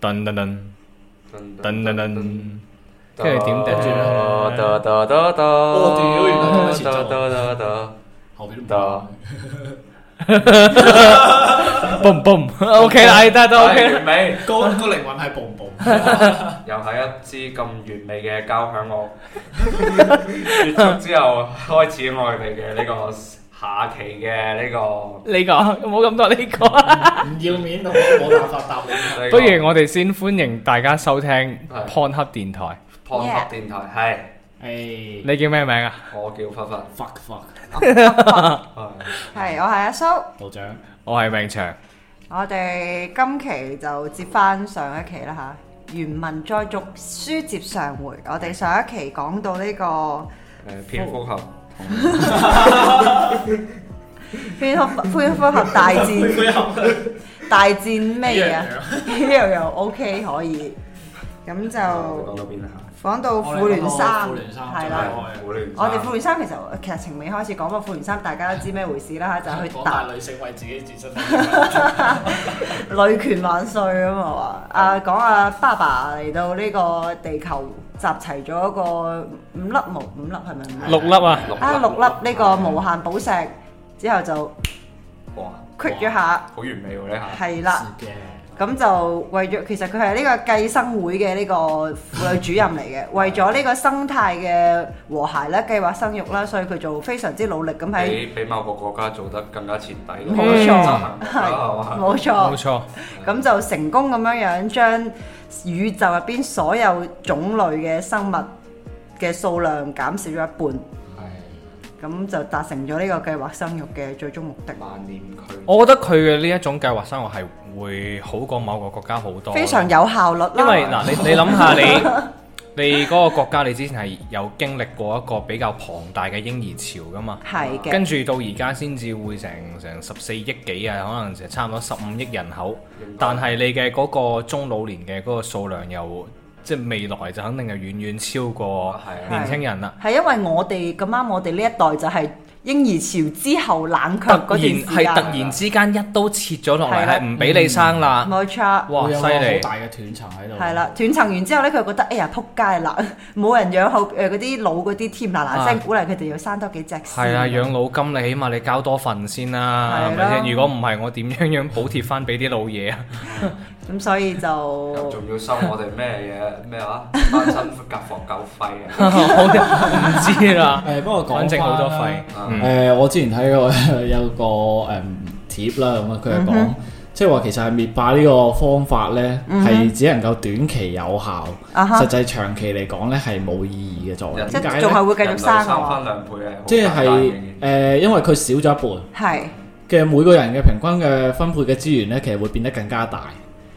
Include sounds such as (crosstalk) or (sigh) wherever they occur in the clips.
噔噔噔噔噔噔，跟住點跟住頂呢得得得得，我屌原來咁嘅前奏哦得得得得，後邊得嘣嘣 (laughs) ，OK 啦，得得 OK (laughs) 啦完美，個個靈魂係蹦唔蹦，又係一支咁完美嘅交響樂。結束之後，開始我哋嘅呢個下期嘅呢個呢個 (laughs) 冇咁多呢個， (laughs) 唔要面我冇辦法答你。呢個不如我哋先歡迎大家收聽係 PornHub 電台，破殼電台，誒你叫咩名啊？係我叫忽忽。 ，fuck fuck，係，我係阿蘇。道長，我係命長，我哋今期就接翻上一期啦嚇，原文再續，書接上回。我哋上一期講到呢個誒蝙蝠俠，蝙蝠蝙蝠俠大戰大戰嗯咩啊？呢樣又 OK 可以，咁講就到邊啊？講到婦聯三我哋講到婦聯，三係係啦。好亂。我哋婦聯三其實劇情未開始講過，婦聯三大家都知咩回事啦嚇，就係去廣打大女性為自己自身，女權萬歲咁啊嘛！啊講阿爸爸嚟到呢個地球集齊咗一個五粒毛，五粒係咪五六粒啊，啊六粒呢個無限寶石之後就哇， quick 咗下，好完美喎呢下。係啦。嘅，咁就為咗其實佢係呢個計生會嘅呢個婦女主任嚟嘅，為咗呢個生態嘅和諧咧，計劃生育啦，所以佢就非常之努力咁喺比比某個國家做得更加徹底，冇錯啊係嘛？冇錯冇。錯，咁就成功咁樣樣將宇宙入邊所有種類嘅生物嘅數量減少咗一半，咁就達成咗呢個計劃生育嘅最終目的係。萬念俱我覺得佢嘅呢一種計劃生活係會好過某個國家好多，非常啊有效率啦。因為嗱，你你諗下你你嗰個國家，你之前係有經歷過一個比較龐大嘅嬰兒潮噶嘛，係嘅，跟住到而家先至會成成十四億幾啊，可能就差唔多十五億人口，應該但係你嘅嗰個中老年嘅嗰個數量又即係未來就肯定係遠遠超過係啊年青人啦。係因為我哋咁啱，我哋呢一代就係嬰兒潮之後冷卻突 (laughs) 嗰段然時係間，突然之間一刀切咗落嚟，係啦係唔俾你生啦，冇錯。哇會有犀個好利！大嘅斷層喺度，係啦，斷層完之後咧，佢就覺得哎呀撲街啦，冇人養後誒嗰啲老嗰啲添，嗱嗱聲鼓勵佢哋要生多幾隻先。係啊，養老金你起碼你交多份先啦，係係啦咪先？如果唔係，我點樣樣補貼翻俾啲老嘢 (laughs) 啊？咁所以又就仲要收我哋咩嘢咩啊話 (laughs) 單身夾房狗費啊！我唔知啦，誒不過講反正好多返啦費。誒、嗯我之前睇過 (laughs) 有個誒、貼啦，咁啊佢嗯係講，即係話其實係滅霸呢個方法咧，係、只能夠短期有效，嗯啊哈實際長期嚟講咧係冇意義嘅作用。即點解係咧仲？係會繼續生啊人類嘅三喎分。兩倍係好即簡單嘅係嘢誒，因為佢少咗一半係，嘅每個人嘅平均嘅分配嘅資源咧，其實會變得更加大。啊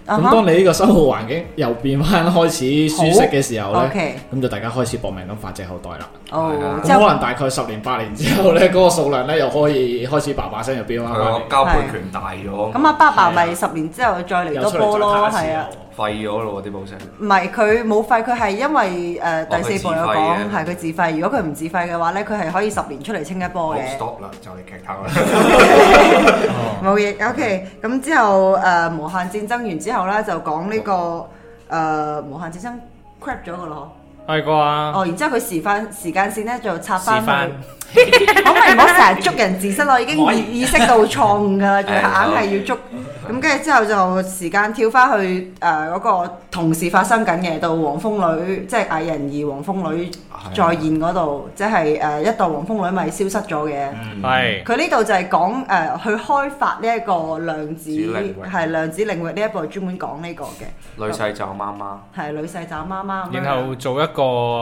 咁哈當你呢個生活環境又變翻開始舒適嘅時候好咧，OK，咁就大家開始搏命咁繁殖後代啦。哦，啊咁之後可能大概十年八年之後咧，嗰、個數量咧又可以開始叭叭聲又變翻翻哦佢個嚟，交配權大咗，咁阿爸爸咪十年之後再嚟又多出嚟波咯，再打一係次啊，廢咗咯喎啲寶石。唔係佢冇費，佢係因為誒哦第四部有佢自講費嘅係佢自費，如果佢唔自費嘅話咧，佢係可以十年出嚟清一波好嘅， stop 啦，就嚟劇透 (laughs) 啦。冇嘢，OK。咁嗯之後誒無限戰爭完之後咧，就講呢個誒無限戰爭 crap 咗個咯，係啩？哦，然之後佢時翻時間線咧就插翻試翻去。可唔可以唔好成日捉人自失咯？已經意意識到錯誤㗎啦，仲硬係要捉。咁跟住之後就時間跳翻去誒嗰個同時發生緊嘅，到黃蜂女即係藝人二黃蜂女再現嗰度，即係呃誒一代黃蜂女咪消失咗嘅。係佢呢度就係講誒去開發呢一個量子子領域係量子領域呢一部專門講呢個嘅，女婿就媽媽，係女婿找媽媽咁樣。然後做一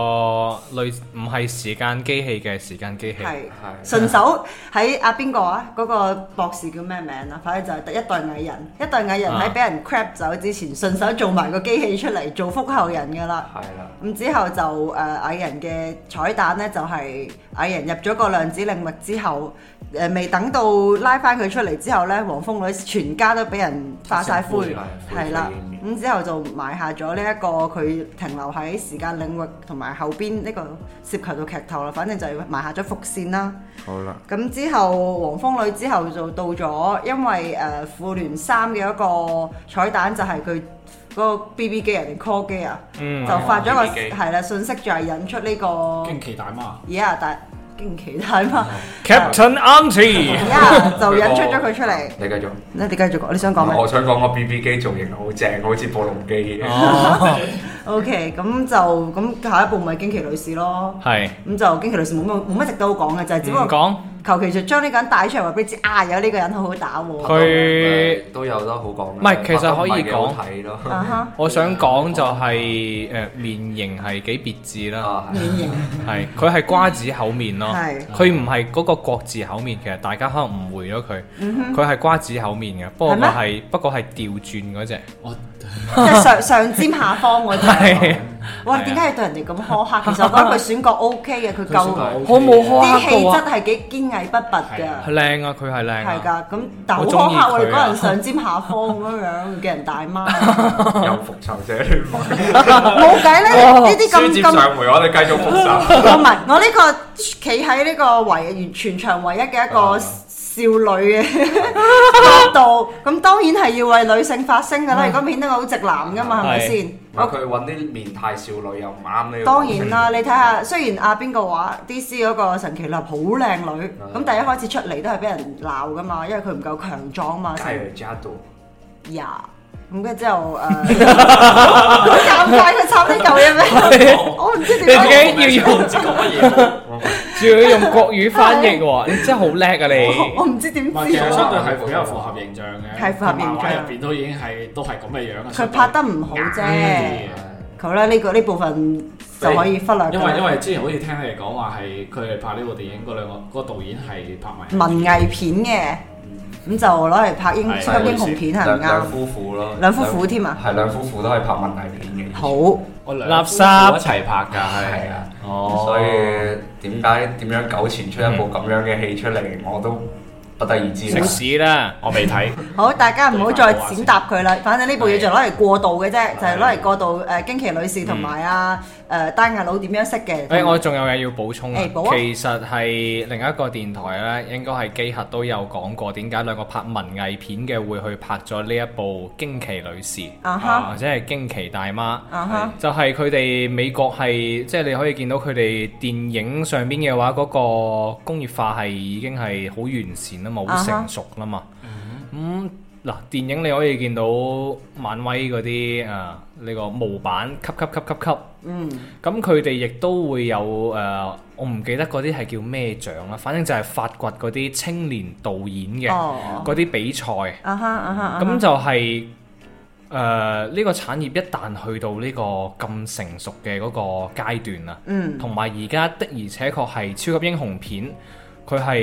個類唔係時間機器嘅時間機器，係。係順手喺阿邊個啊？嗰、個博士叫咩名啊？反正就係一代藝人，一代藝人啊喺俾人 crap 走之前，順手做埋個機器出嚟做復後人㗎啦。係啦，咁之後就誒、呃、藝人嘅彩蛋呢，就係、藝人入咗個量子領域之後，誒、未等到拉翻佢出嚟之後呢，黃蜂女全家都俾人化晒灰係，係啦灰飛。煙咁之後就埋下咗呢一個佢停留喺時間領域同埋後邊呢個涉及到劇透啦，反正就係埋下咗伏線啦。滅好啦，咁之後，黃蜂女之後就到咗，因為誒、呃、婦聯三嘅一個彩蛋就係佢嗰個 BB 機人哋 call 機啊，嗯，就發咗一個 BB 機係啦信息，就係引出呢個驚奇大媽。而家大驚奇大哦 (laughs) 嘛， Captain (laughs) Auntie，而家就引出咗佢出嚟。哦你繼續。你哋繼續講，你想講咩？我想講個 BB 機造型好正，好似暴龍機。哦， O K，咁就咁下一步咪驚奇女士咯。係，咁就驚奇女士冇乜冇乜值得好講嘅，就係只唔不過講求其就將呢個人帶出嚟話俾你知啊，有呢個人好好打喎。佢。都有得好講嘅。唔係其實可以不過唔係幾好睇咯。啊哈，我想講就係、誒、面型係幾別致啦，啊，面型係佢係瓜子口面咯，係佢唔係嗰個國字口面，其實大家可能誤會咗佢，佢係瓜子口面嘅，不過係咩佢係不過係調轉嗰只，我 (laughs) 即係上上尖下方嗰只。係哇！點解要對人哋咁苛刻？其實 (laughs) 我覺得佢選角 O K 嘅，佢夠我冇開啲氣過質啊，係幾堅毅不拔嘅。係靚啊，佢係靚係啊，㗎，咁但好我鍾苛意刻喎！你佢啊嗰人上尖下方咁樣樣，叫人大 (laughs) 媽，又復仇者聯盟。冇計咧！哦呢啲書接咁咁上回，我哋繼續復仇。我唔係，我呢個企喺呢個唯完全場唯一嘅一個哦啊少 (laughs) 女嘅角度，咁當然係要為女性發聲㗎啦。如果免得我好直男㗎嘛，係嗯咪係先？唔係我佢揾啲面太少女又唔啱呢個。當然啦，你睇下，雖然阿邊個話 DC 嗰個神奇女俠好靚女，咁第一開始出嚟都係俾人鬧㗎嘛，因為佢唔夠強壯嘛，加入加度，呀，咁跟住之後誒，呃好尷尬佢插呢嚿嘢 (laughs) 咩？我唔知你點解。自己要用即係講乜嘢？ (laughs) 仲要用國語翻譯喎，你真係好叻啊 (laughs) 你！我唔知點唔係，其知實啊。相對係比較符合形象嘅，係符合形象漫畫入邊都已經係都係咁嘅樣嘅。嗯佢拍得唔好啫嗯硬好啦，呢個呢部分就可以忽略啲嘅因㗎啦為因為之前好似聽你哋講話係佢哋拍呢部電影嗰兩個嗰個導演係拍埋文藝片嘅，咁就攞嚟拍英係超級英雄片係唔兩兩啱。夫婦咯，兩夫婦添啊係兩夫婦都係拍文藝片嘅，好，我兩垃圾夫婦一齊拍㗎，係啊。哦所以點解點樣糾纏出一部咁樣嘅戲出嚟，我都不得而知食啦。屎啦！我未睇，好，大家唔好再剪答佢啦。反正呢部嘢就攞嚟過渡嘅啫，就係攞嚟過渡誒驚奇女士同埋啊誒單眼佬點樣識嘅。嗯誒，我仲有嘢要補充啊誒補啊！其實係另一個電台咧，應該係機核都有講過，點解兩個拍文藝片嘅會去拍咗呢一部《驚奇女士》啊哈或者係《驚奇大媽》。啊哈就係佢哋美國係，即係你可以見到佢哋電影上邊嘅話，嗰、個工業化係已經係好完善啦嘛，啊好哈成熟啦嘛。咁嗱、電影你可以見到漫威嗰啲啊呢個模板級級級級級，嗯咁佢哋亦都會有誒、呃我唔記得嗰啲係叫咩獎啦，反正就係發掘嗰啲青年導演嘅哦嗰啲比賽。啊哈啊哈啊哈咁就係誒呢個產業一旦去到呢個咁成熟嘅嗰個階段啦，嗯同埋而家的而且確係超級英雄片，佢係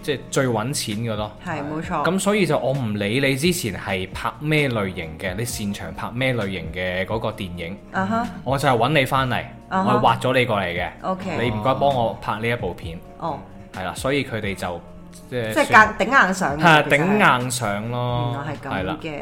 即係最揾錢嘅咯。係冇錯。咁所以就我唔理你之前係拍咩類型嘅，你擅長拍咩類型嘅嗰個電影，啊哈我就係揾你翻嚟，我啊哈係挖咗你過嚟嘅。你，OK，唔該幫我拍呢一部片，哦，係啦，所以佢哋就即係即係算夾頂硬上嘅。係啊其實係頂硬上咯，原來係係啦咁。嘅，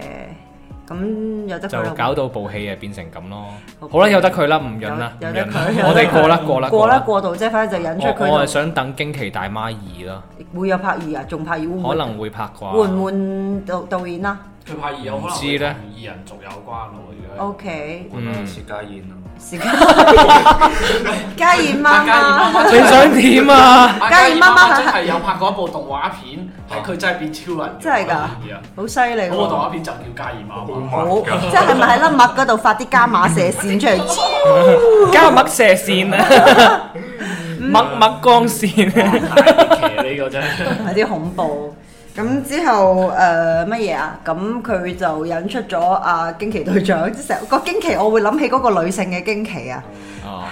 咁有得佢就啦搞到部戲啊變成咁咯。好好啦，由得佢啦，唔忍啦，唔有忍有得啦佢，我哋過啦，過啦，過啦啦。過度啫，反正就引出我我係佢想等驚奇大媽二啦，同會有拍二啊，仲拍二會唔會可能會拍啩。換唔換導導演啊佢拍二有可能唔知呢會同二人族有關咯，而家。 ？OK，嗯薛家燕啊，(laughs) 時間啊嘉燕媽媽媽你想點 (laughs) 啊？阿嘉怡媽媽真係有拍過一部動畫片，係佢真係變超人嘅。真係㗎係啊好犀利嗰部動喎！畫片就叫《嘉怡媽媽》。好，即係咪喺粒麥嗰度發啲伽馬射線出嚟？加墨射線啊，墨墨光 (laughs) 線。太騎呢個啫。 (laughs) 有啲恐怖。咁之後誒乜嘢啊？咁佢就引出咗啊驚奇隊長，即係成個驚奇，我會諗起嗰個女性嘅驚奇啊！哦，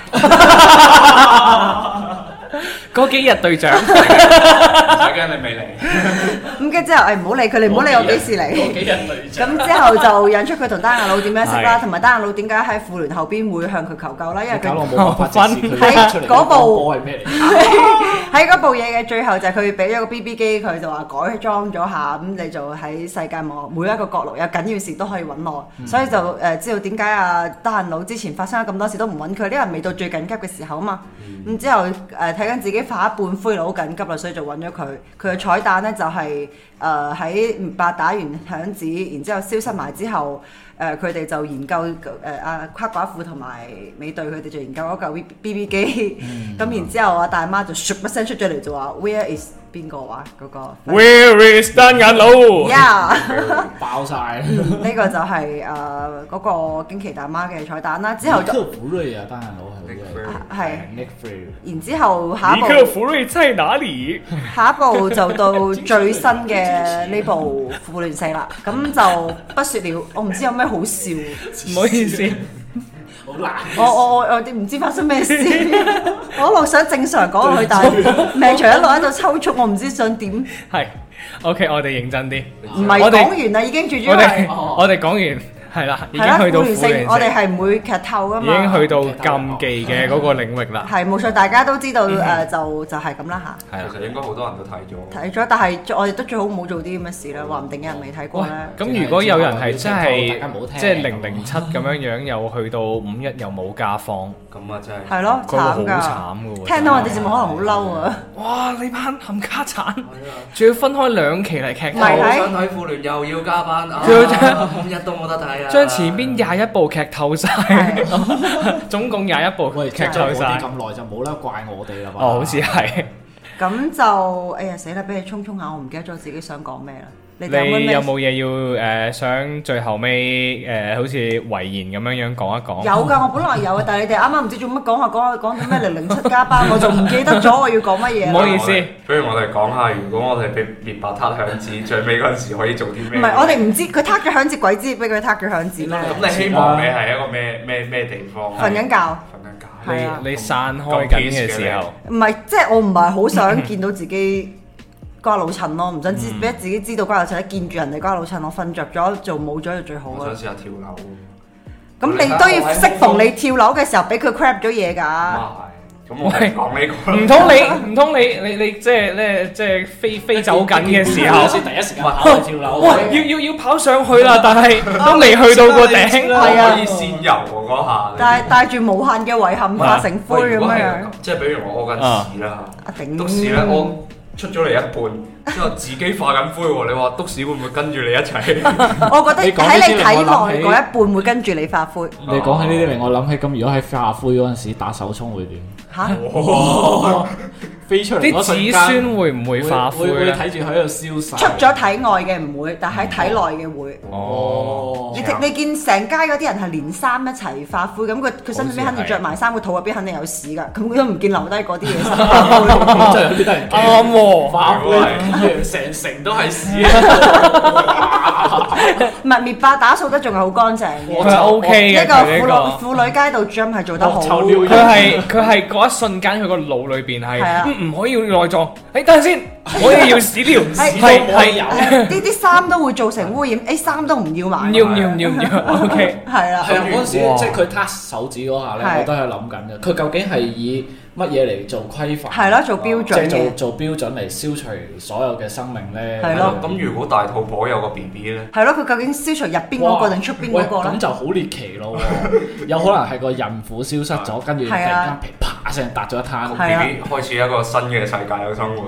嗰幾日隊長唔使驚你未嚟。咁跟住之後，誒唔好理佢，你唔好理我幾時嗰嚟。幾日對咁仗。之後就引出佢同單眼佬點樣識啦，係同埋單眼佬點解喺婦聯後邊會向佢求救啦？因為搞到佢我冇辦法直視佢喺出嚟嗰部波係咩嚟？喺嗰部嘢嘅最後就係佢俾咗個 BB 機，佢就話改裝咗下，咁你就喺世界網每一個角落有緊要事都可以揾我，所以就誒知道點解啊單眼佬之前發生咗咁多事都唔揾佢，呢個係未到最緊急嘅時候啊嘛。咁之後誒睇睇緊自己化一半灰啦，好緊急啦，所以就揾咗佢。佢嘅彩蛋呢，就係誒喺嗯吳伯打完響指，然之後消失埋之後，誒佢哋就研究誒阿黑寡婦同埋美隊佢哋就研究嗰嚿 B B 機，咁然之後阿大媽就唰一聲出咗嚟就話 Where is 邊個話嗰個 Where is 單眼佬？ ？Yeah。爆晒。呢個就係誒呃嗰個驚奇大媽嘅彩蛋啦。之後尼克弗瑞啊，單人佬係 Nick Fury 好嘅，係， Nick Fury。然之後下一尼克步弗瑞在哪裡？下一步就到最新嘅呢部《復聯四》啦。咁就不說了，我唔知有咩好笑。唔好意思，好難。我我我我哋唔知發生咩事， (laughs) 我一路想正常講落去，但係命長一路喺度抽搐，我唔知想點。唔係 OK，我哋認真啲。係我哋講完啦，已經最主要我係哋哦我哋講完係啦，已係啦，經《去到復苦聯四》我哋係唔會劇透噶已嘛。啊經去到禁忌嘅嗰個領域啦。係冇錯，大家都知嗯道誒，就就係咁啦嚇。係啦其，實應該好多人都睇咗。睇咗，但係我哋都最好唔好做啲咁嘅事啦，話唔定有人未睇過咧。咁如果有人係真大家唔好係聽即係零零七咁樣樣，又去到五一又冇假放，咁啊真係。係咯，佢會好慘慘㗎。嘅喎。聽到我哋節目可能好嬲 (laughs) 啊！哇！你班冚家產，仲要分開兩期嚟劇唔係透，睇睇睇婦聯又要加班啊！仲要將五日都冇得睇啊！將前邊廿一部劇透晒， (laughs) 係總共廿一部喂，劇劇咗透我哋晒。咁耐就冇得怪我哋啦吧？哦，好似係。咁就哎呀死啦！俾你沖沖下，我唔記得咗自己想講咩啦。你哋你有有冇冇咩？嘢要誒、呃想最後尾誒、呃好似遺言咁樣樣講一講？有㗎，我本來有嘅，啊但係你哋啱啱唔知做乜講下講下講到咩零零七加班，我就唔記得咗我要講乜嘢唔好啦。意思不如我哋講下，如果我哋俾滅白塔響指，最尾嗰陣時可以做啲唔咩？係，我哋唔知佢撻咗響指，鬼知俾佢撻咗響指咩？咁你希望你係一個咩咩咩地方？瞓緊覺。瞓緊覺。係啊你你散開緊嘅時候，唔係，即係我唔係好想見到自己瓜老襯咯，唔想知俾自己知道瓜老襯，一見住人哋瓜老襯，我瞓着咗做冇咗就最好我啦想。試下跳樓。咁你都要適逢你跳樓嘅時候，俾佢 crap 咗嘢㗎。啊，係。咁我哋講呢個啦。唔通你唔通你你你即係咧即係飛飛走緊嘅時候，先第一時間跑去跳樓。哇！要要要跑上去啦，但係都未去到個頂，係啊可以先遊喎嗰下。但係帶住無限嘅遺憾化成灰咁樣樣，即係比如我屙緊屎啦，啊頂！篤屎咧我出咗嚟一半，之後自己化緊灰喎，你話篤屎會唔會跟住你一齊？我覺得你講呢喺啲你令體我諗內起嗰一半會跟住你發灰你講起呢啲令我諗起，咁如果喺化灰嗰陣時打手衝會點？嚇。飛出嚟啲嗰瞬子間，孫會唔會化灰會會咧？睇住佢喺度消出散。咗體外嘅唔會，但喺體內嘅會。哦你你見成街嗰啲人係連衫一齊化灰，咁佢佢身邊肯定着埋衫，個肚入邊肯定有屎㗎，咁佢都唔見留低嗰啲嘢 (laughs) 先化灰。咁就有啲得 (laughs) 人驚啱喎，化灰，成城都係屎，唔係滅霸打掃得仲係好乾淨佢係嘅。 OK 嘅呢個佢婦呢女個。婦女街道 jump 係做得好。我臭尿佢係佢係嗰一瞬間，佢個腦裏邊係係啊嗯唔可以要內臟。誒，等陣先，我哋要屎尿，係係係有呢啲衫都會造成污染，誒衫都唔要唔買。要唔要唔要唔要，OK。係啦，係啊！嗰陣時哇即係佢撻手指嗰下係咧，我都喺度諗緊嘅。佢究竟係以乜嘢嚟做規範？係咯，做標即係準做嘅。做標準嚟消除所有嘅生命咧。係咯咁如果大肚婆有個 B B 咧，係咯，佢究竟消除入邊嗰個定出邊嗰個哇喂咁咧？就好獵奇咯 (laughs) 喎！有可能係個孕婦消失咗，跟住突係啊然間噼啪聲揼咗一個攤。係 B 啊 B 開始一個新嘅世界嘅生活。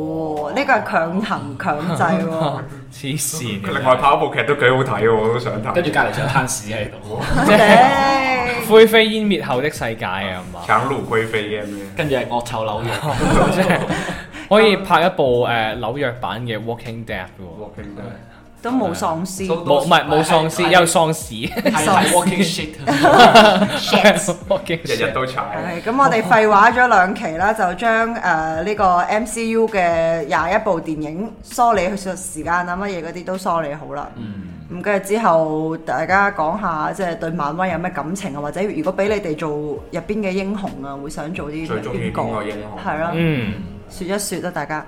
哦，呢個係強行強制哦 (laughs) 喎，黐線另外跑步劇都幾好睇喎，我都想睇。跟住隔離仲有攤屎喺度， (laughs) 頂灰飛煙滅後的世界啊，係嘛？搶路歸飛嘅咩？跟住係惡臭紐 (laughs) 約。可以拍一部誒紐約版嘅《Walking Dead》嘅我傾真都冇喪喎，屍冇唔係冇喪屍，有喪屎。係係 walking shit， (laughs) Walking 係日日 Dead 都踩。係咁，我哋廢話咗兩期啦，就將誒呢個 MCU 嘅廿一部電影梳理去時間啊，乜嘢嗰啲都梳理好啦。嗯咁跟住之後，大家講下即係對漫威有咩感情啊，或者如果俾你哋做入邊嘅英雄啊，會想做啲最中意邊個邊個？英雄？係咯，嗯，説一説啊啦，大家。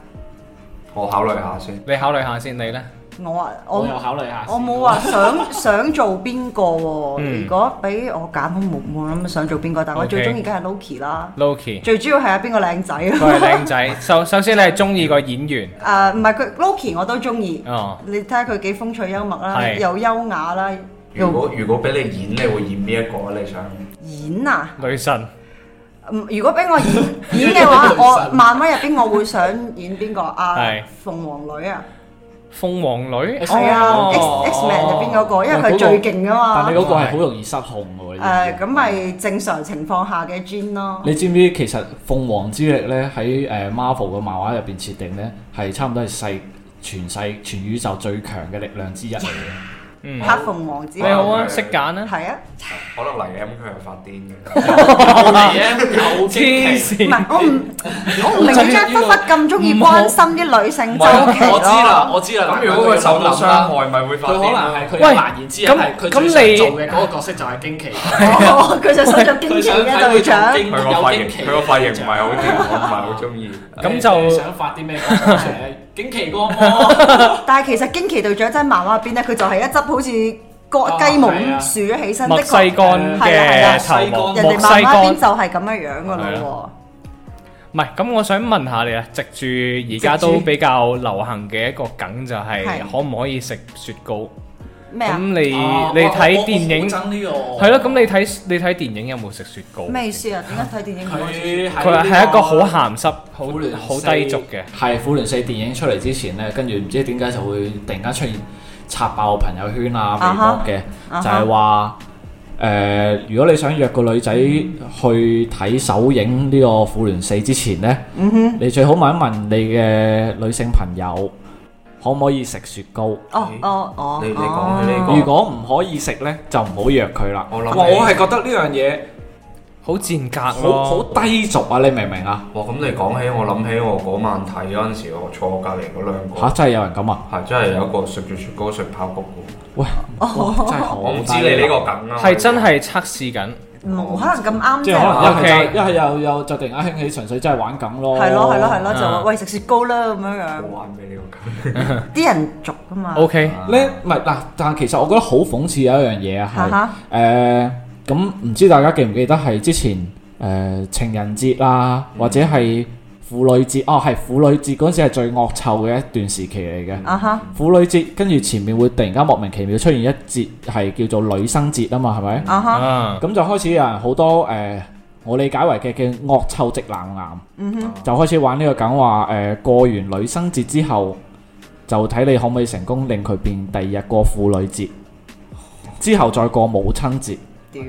我考慮下先。你考慮下先，你咧？我啊，我 (laughs) 我又考慮下先。我冇啊話想 (laughs) 想做邊個喎。啊嗯如果俾我揀，我冇冇諗想做邊個，但我 OK 最中意梗係 Loki 啦。 Loki，最主要係啊，邊個靚仔佢咯？係 (laughs) 靚仔。首首先你係中意個演員誒唔係佢 Loki 我都中意，哦，你睇下佢幾風趣幽默啦，係又優雅啦，如又果如果俾你演，你會演邊一個啊？你想？演啊！女神。誒、嗯如果俾我 (laughs) 演演嘅話，我漫威入邊我會想演邊個啊係？鳳凰女啊，鳳凰女係啊哦，X X Man 入邊嗰個，啊因為但係嗰個佢最勁噶但嘛你。嗰個係好容易失控嘅喎。你知唔知誒咁咪正常情況下嘅 Jean 咯。你知唔知其實鳳凰之力咧喺誒 Marvel 嘅漫畫入邊設定咧係差唔多係世全世全宇宙最強嘅力量之一嚟嘅。嗯黑，鳳凰之你後好啊，識揀啊， (laughs) 係啊，可能嚟嘅咁佢又發癲嘅。啊黐有 (laughs) 唔係線，我唔我唔明點解忽忽咁中意關心啲女性周期我知啦，咯。我知啦。咁如果佢受到傷害，咪會佢發可癲咯能係佢喂有難言之隱，係佢咁最你想做嘅嗰個角色就係驚奇， (laughs) 哦佢就想做佢驚奇想睇嘅佢隊做長驚，佢個髮有驚型，奇。佢個髮型唔係好掂，我唔係好中意。咁你就你想發啲咩 (laughs) 角色出嚟？驚奇光魔。但係其實驚奇隊長真係漫畫入邊咧，佢就係一執好似啊個雞毛係啊咁豎咗起身，的墨西確哥係啊嘅頭係啊目，人墨哋西漫畫入邊哥就係咁樣樣噶咯唔係。咁我想問下你啊，藉住而家藉住都比較流行嘅一個梗就係係可唔可以食雪糕？喎。咩咁啊？你啊你睇電影我好憎呢個係咯，咁你睇你睇電影有冇食雪糕？咩意思啊？點解睇電影唔可以食？佢佢係係一個好鹹濕、好好亂好世低俗嘅。係《虎聯四》電影出嚟之前咧，跟住唔知點解就會突然間出現刷爆我朋友圈啊、微博嘅啊哈就係話誒，如果你想約個女仔去睇首映呢個《虎聯四》之前咧，嗯你最好問一問你嘅女性朋友可唔可以食雪糕。哦哦哦，你你講你講如果唔可以食呢，就唔好約佢啦。我諗哇起我係覺得呢樣嘢好賤格好好咯，哦低俗啊！你明唔明啊？哇！咁你講起我諗起我嗰晚睇嗰陣時，我坐我隔離嗰兩嚇，個真係有人咁啊！係真係有一個食住雪糕食爆谷嘅。喂，哦哇真係好低我唔知你呢個梗啊，係真係測試緊。唔可能咁啱即啫係。可有能一係 OK 就一係又又就突然間興起，純粹真係玩梗咯。係咯係咯係咯，就話嗯喂食雪糕啦咁樣好樣，玩俾你個梗。啊啲人俗噶嘛。 O K，咧唔係嗱，但其實我覺得好諷刺有一樣嘢哈啊，哈，係誒咁唔知大家記唔記得係之前誒情人節啦，或者係婦女節哦，係婦女節嗰陣時係最惡臭嘅一段時期嚟嘅。啊哈，婦女節跟住前面會突然間莫名其妙出現一節係叫做女生節啊嘛，係咪？啊哈，啊，咁就開始有人好多誒、呃我理解為嘅嘅惡臭直男癌，嗯哼，就開始玩呢個梗話誒過完女生節之後，就睇你可唔可以成功令佢變第二日過婦女節，之後再過母親節，啊屌，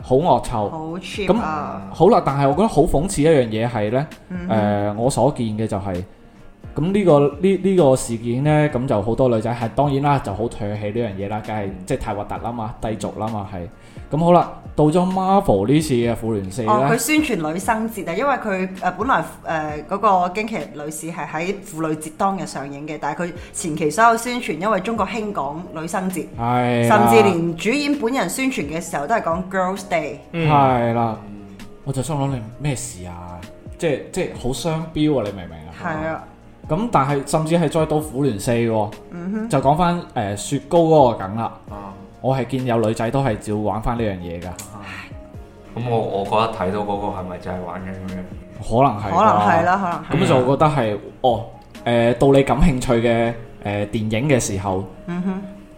好惡臭。好 cheap 啊！好啦，但係我覺得好諷刺一樣嘢係呢，誒、嗯我所見嘅就係、咁呢、個呢呢、個事件呢，咁就好多女仔係當然啦，就好唾棄呢樣嘢啦，梗嗯係即係太核突啦嘛，低俗啦嘛係。咁好啦，到咗 Marvel 呢次嘅婦聯四哦，佢呢，宣傳女生節啊，因為佢誒本來誒呃嗰個驚奇女士係喺婦女節當日上映嘅，但係佢前期所有宣傳，因為中國興講女生節，啊係甚啦至連主演本人宣傳嘅時候都係講 Girls Day。嗯，係啦，我就心諗你咩事啊？即係即係好雙標啊！你明唔明啊？係啊，咁但係甚至係再到婦聯四喎，嗯就講翻誒雪糕嗰個梗啦。啊我係見有女仔都係照玩翻呢樣嘢㗎，啊咁我我覺得睇到嗰個係咪就係玩緊咁樣？可能係可啩能啊係。啦，咁就我覺得係哦，誒、到你感興趣嘅誒、電影嘅時候，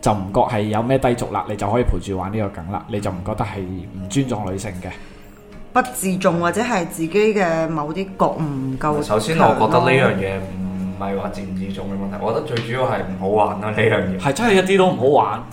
就唔覺係有咩低俗啦，你就可以陪住玩呢個梗啦，你就唔覺得係唔尊重女性嘅。可能不自重或者係自己嘅某啲覺悟唔夠。首先，我覺得呢樣嘢唔係話自唔自重嘅問題，我覺得最主要係唔好玩啦呢樣嘢。係真係一啲都唔好玩，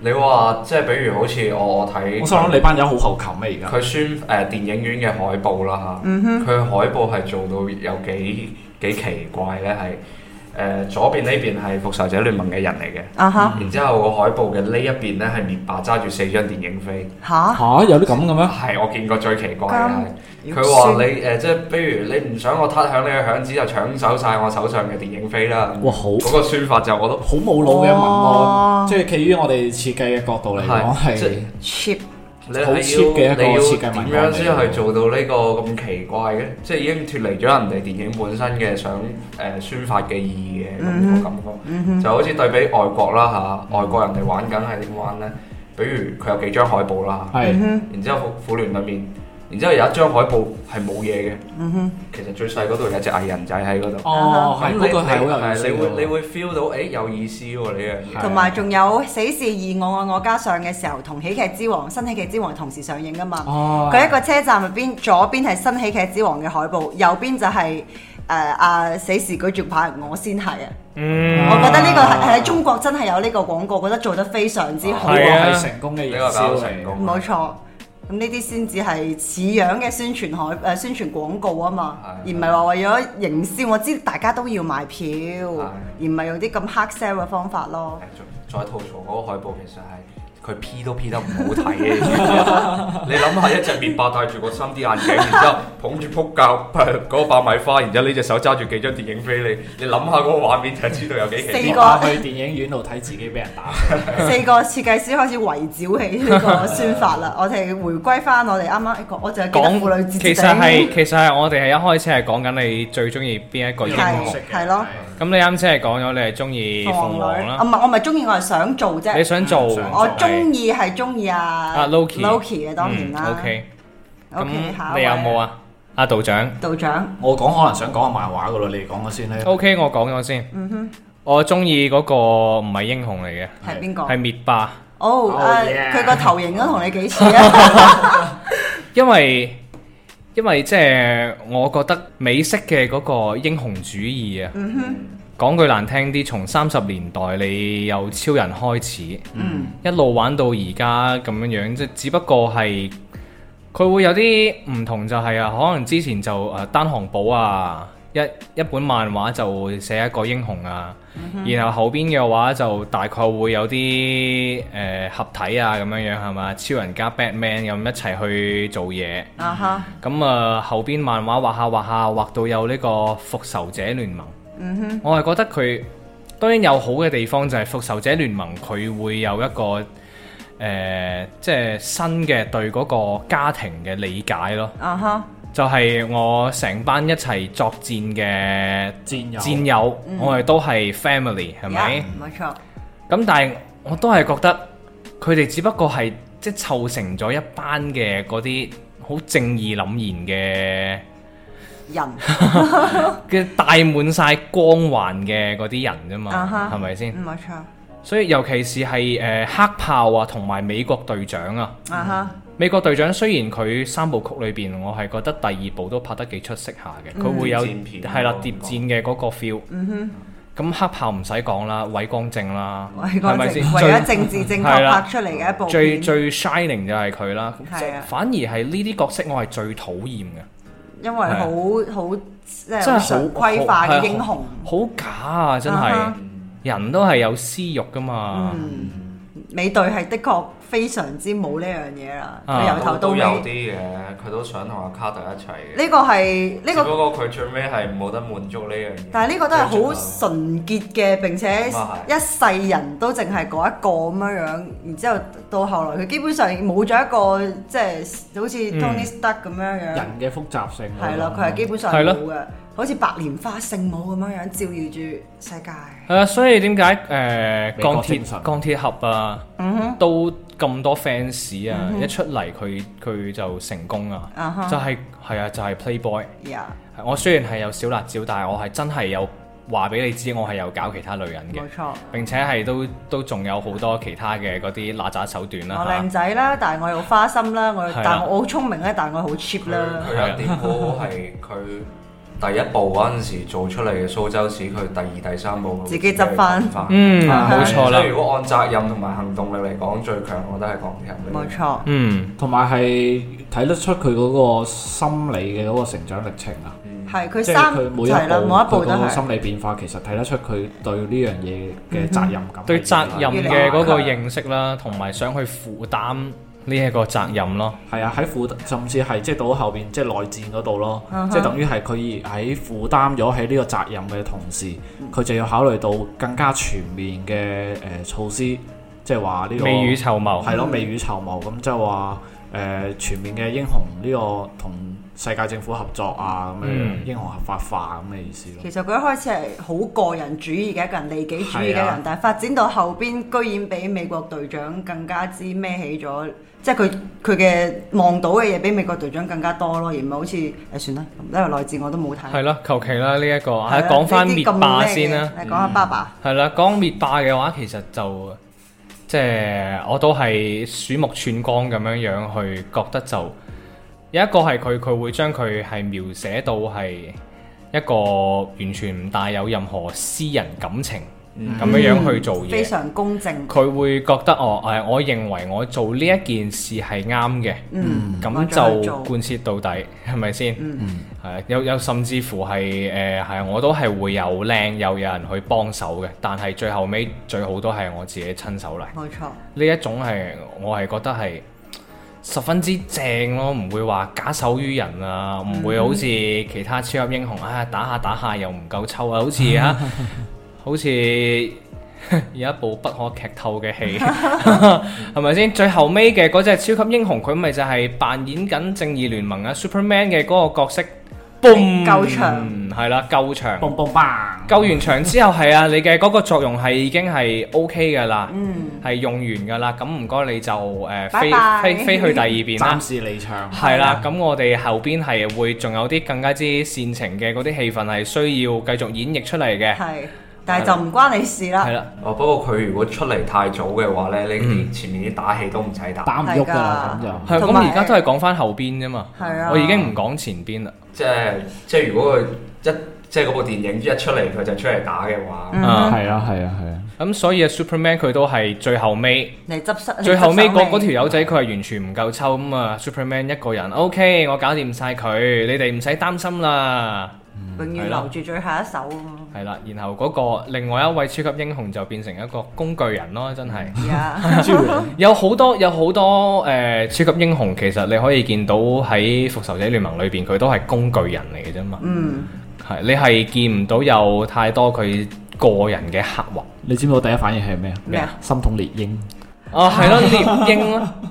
你話即係比如好似我我睇，我心諗你班友好後勤咩而家？佢宣誒、呃、電影院嘅海報啦嗯嚇，佢、海報係做到有幾幾奇怪咧，係誒、呃左邊呢邊係復仇者聯盟嘅人嚟嘅，啊哈然之後個海報嘅呢一邊咧係滅霸揸住四張電影飛，嚇嚇、有啲咁嘅咩？係我見過最奇怪啊咁嘅係，佢話你誒、呃即係比如你唔想我撻響你嘅響指，就搶走晒我手上嘅電影飛啦。哇，好嗰個宣發就我都好冇腦嘅文哦案，即係企於我哋設計嘅角度嚟係講係即。 cheap 你係好要 cheap 嘅一個你要設計文案嚟嘅點樣先係做到呢個咁奇怪嘅？即係已經脱離咗人哋電影本身嘅想誒、呃宣發嘅意義嘅咁個感覺，就好似對比外國啦嚇、外國人哋玩緊係點玩呢？比如佢有幾張海報啦，係然之後婦婦聯裏面然之後有一張海報係冇嘢嘅，嗯哼，其實最細嗰度有隻藝人仔喺嗰度。哦，咁係你嗰個你係好有意思你會你喎。會 feel 到誒有意思喎呢樣嘢。同埋仲有《死侍二我愛我家》上嘅時候，同《喜劇之王》新《喜劇之王》同時上映噶嘛。哦，佢一個車站入邊，左邊係新喜劇之王嘅海報，右邊就係誒啊死侍舉住牌，我先係啊！嗯，我覺得呢個係係喺中國真係有呢個廣告，覺得做得非常之好，係啊呢個係成功嘅呢營個銷搞嚟成功。冇錯。咁呢啲先至係似樣嘅宣傳海誒、呃宣傳廣告啊嘛，而係唔係話為咗營銷。我知大家都要買票，而唔係用啲咁黑 sell 嘅方 (laughs) 法咯。再吐槽嗰個海報其實係佢 P 都 P 得唔好睇嘅， (laughs) 你諗下一隻面霸戴住個 3D 眼鏡，然之後捧住撲教嗰個爆米花，然之後呢隻手揸住幾張電影飛你，你諗下嗰個畫面就知道有幾奇怪。四個我去電影院度睇自己俾人打。四個設計師開始圍繞起呢個宣 (laughs) 發啦。我哋回歸翻我哋啱啱講，我就係記得講婦女節其實係其實係我哋係一開始係講緊你最中意邊一個英係雄。係咯咁你啱先係講咗你係中意鳳鳳凰女啊，啦，唔係我唔係中意，我係想做你想啫。做嗯想做我中意係中意啊啊 Loki Loki 嘅當然啦。 O K，咁 OK，下一位你有冇啊？阿道長道長？我講可能想講下漫畫噶咯，你哋講咗先咧。 ，O K，我講咗先。我中意嗰個唔係英雄嚟嘅，係邊個？係滅霸，哦， Oh, 誒 yeah 佢個頭型都同你幾 (laughs) 似啊！因為因為即係我覺得美式嘅嗰個英雄主義啊，講句難聽啲，從三十年代你由超人開始。嗯，一路玩到而家咁樣樣，即只不過係佢會有啲唔同，就係啊，可能之前就誒、呃單行簿啊，一一本漫畫就會寫一個英雄啊，然後後邊嘅話就大概會有啲誒、呃合體啊咁樣樣係嘛，超人加 Batman 咁一齊去做嘢。啊哈，咁啊、後邊漫畫畫下畫下畫到有呢個復仇者聯盟，我係覺得佢當然有好嘅地方就係復仇者聯盟佢會有一個誒、呃即係新嘅對嗰個家庭嘅理解咯，啊哈，就係、我成班一齊作戰嘅戰友，戰友，我哋都係 family 係咪？呀冇錯，咁但係我都係覺得佢哋只不過係即係湊成咗一班嘅嗰啲好正義凛然人嘅嘅帶滿晒光環嘅嗰啲人啫啊哈嘛，係咪先？嗯冇錯，所以尤其是係誒、呃黑豹啊，同埋美國隊長啊。啊哈，美國隊長雖然佢三部曲裏邊，我係覺得第二部都拍得幾出色下嗯嘅，佢會有諜戰片啊係啦嗰個諜戰嘅嗰個 feel。咁黑豹唔使講啦，偉光正啦，為係咪咗先？政為最咗政治正確係啦拍出嚟嘅一部最片，最 shining 就係佢啦，係即係啊反而係呢啲角色我係最討厭嘅，因為好好即係啊真係好好常規化嘅英雄，好假啊！真係、啊哈嗯人都係有私欲噶嘛，美隊係的確非常之冇呢樣嘢啦，啊佢由頭到都有尾啲嘅，佢都想同阿卡特一齊嘅。呢個係呢只個，不過佢最尾係冇得滿足呢樣嘢。但係呢個都係好即純潔嘅，並且咁啊一世人都淨係嗰一個咁樣樣，然之後到後來佢基本上冇咗一個即係好似 Tony Stark 咁樣樣，人嘅複雜啊性係啦，佢係基本上係冇咯嘅，好似白蓮花聖母咁樣樣照耀住世界。係啊，所以點解誒美國鋼鐵精神鋼鐵俠啊，嗯都咁多 fans 啊，一出嚟佢佢就成功啊啊哈就係係啊，就係 Playboy。呀，我雖然係有小辣椒，但係我係真係有話俾你知，我係有搞其他女人嘅冇。錯。並且係都都仲有好多其他嘅嗰啲嗱喳手段我啦靚仔啦，但係我又花心啦，我又係啦但我好聰明咧，但係我好 cheap 佢啦。佢有啲好係佢第一部嗰陣時做出嚟嘅蘇州市，佢第二、第三部自己執返嗯冇錯啦即係如果按責任同埋行動力嚟講，最強我覺得係鋼鐵人。冇。錯，嗯，同埋係睇得出佢嗰個心理嘅嗰個成長歷程啊，係佢即係三佢每係啦，每一一步步佢都個係心理變化，其實睇得出佢對呢樣嘢嘅責任嗯感係對點樣。責任嘅嗰個認識啦，同埋想去負擔呢一個責任咯。係啊，喺負甚至係即係到後邊即係內戰嗰度咯嗯哼即係等於係佢喺負擔咗喺呢個責任嘅同時，嗯佢就要考慮到更加全面嘅誒、呃措施，即係話呢個未雨綢繆，係咯，未雨綢繆咁即係話誒全面嘅英雄呢個同世界政府合作啊咁樣、嗯英雄合法化咁嘅意思咯其。實佢一開始係好個人主義嘅一個人利己主義嘅一個係人啊，但係發展到後邊，居然比美國隊長更加之孭起咗，即係佢佢嘅望到嘅嘢比美國隊長更加多咯，而唔係好似誒算啦，因為內戰我都冇睇。係啦，求其啦呢一個，係啊啦講翻呢啲滅咁霸咩嘅先啦。嗯你講下爸爸。係啦，講滅霸嘅話，其實就即係我都係鼠目寸光咁樣樣去覺得就有一個係佢佢會將佢係描寫到係一個完全唔帶有任何私人感情咁樣樣去做非嘢，常公正。佢、會覺得哦誒，我認為我做呢一件事係啱嘅。嗯，咁我再就做貫徹到底，係咪先？嗯係啊有有甚至乎係誒係啊我都係會有靚又有人去幫手嘅，但係最後尾最好都係我自己親手嚟。冇錯，呢一種係我係覺得係十分之正咯，唔會話假手於人啊，唔會好似其他超級英雄啊打下打下又唔夠抽啊，好 (laughs) 似啊好似有一部不可劇透嘅戲， (laughs) 係咪先？最後尾嘅嗰只超級英雄佢咪就係扮演緊正義聯盟啊 Superman 嘅嗰個角色。boom，夠長係啦，夠長，嘣嘣棒，夠完場之後係啊，你嘅嗰個作用係已經係 O K 嘅啦，係用完嘅啦。咁唔該你就誒、呃拜飛拜飛飛去第二邊啦暫。時離場。係啦，咁我哋後邊係會仲有啲更加之煽情嘅嗰啲氣氛係需要繼續演繹出嚟嘅。係，但係就唔關你事係啦。啦，哦，不過佢如果出嚟太早嘅話咧，你連前面啲打戲都唔使打，打唔喐㗎啦，咁就係同咁埋而家都係講翻後邊啫嘛。係啊我已經唔講前邊啦。即係即係如果佢一即係嗰部電影一出嚟佢就出嚟打嘅話，嗯啊係啊係啊係 (laughs) 啊，咁所以啊，Superman 佢都係最後 (laughs) 尾。嚟執失，最後尾嚟執手嗰尾嗰條友仔佢係完全唔夠抽咁啊！Superman 一個人，OK，我搞掂晒佢，你哋唔使擔心啦。永遠係啦留住最後一手 (laughs) 啊嘛。係啦，然後嗰個另外一位超級英雄就變成一個工具人咯，真係 Yeah，啊有好多有好多誒、呃超級英雄，其實你可以見到喺復仇者聯盟裏邊，佢都係工具人嚟嘅啫嘛。嗯，係你係見唔到有太多佢個人嘅刻畫。你知唔知我第一反應係咩啊？咩啊？心痛獵鷹，哦， (laughs) 係咯，獵鷹咯，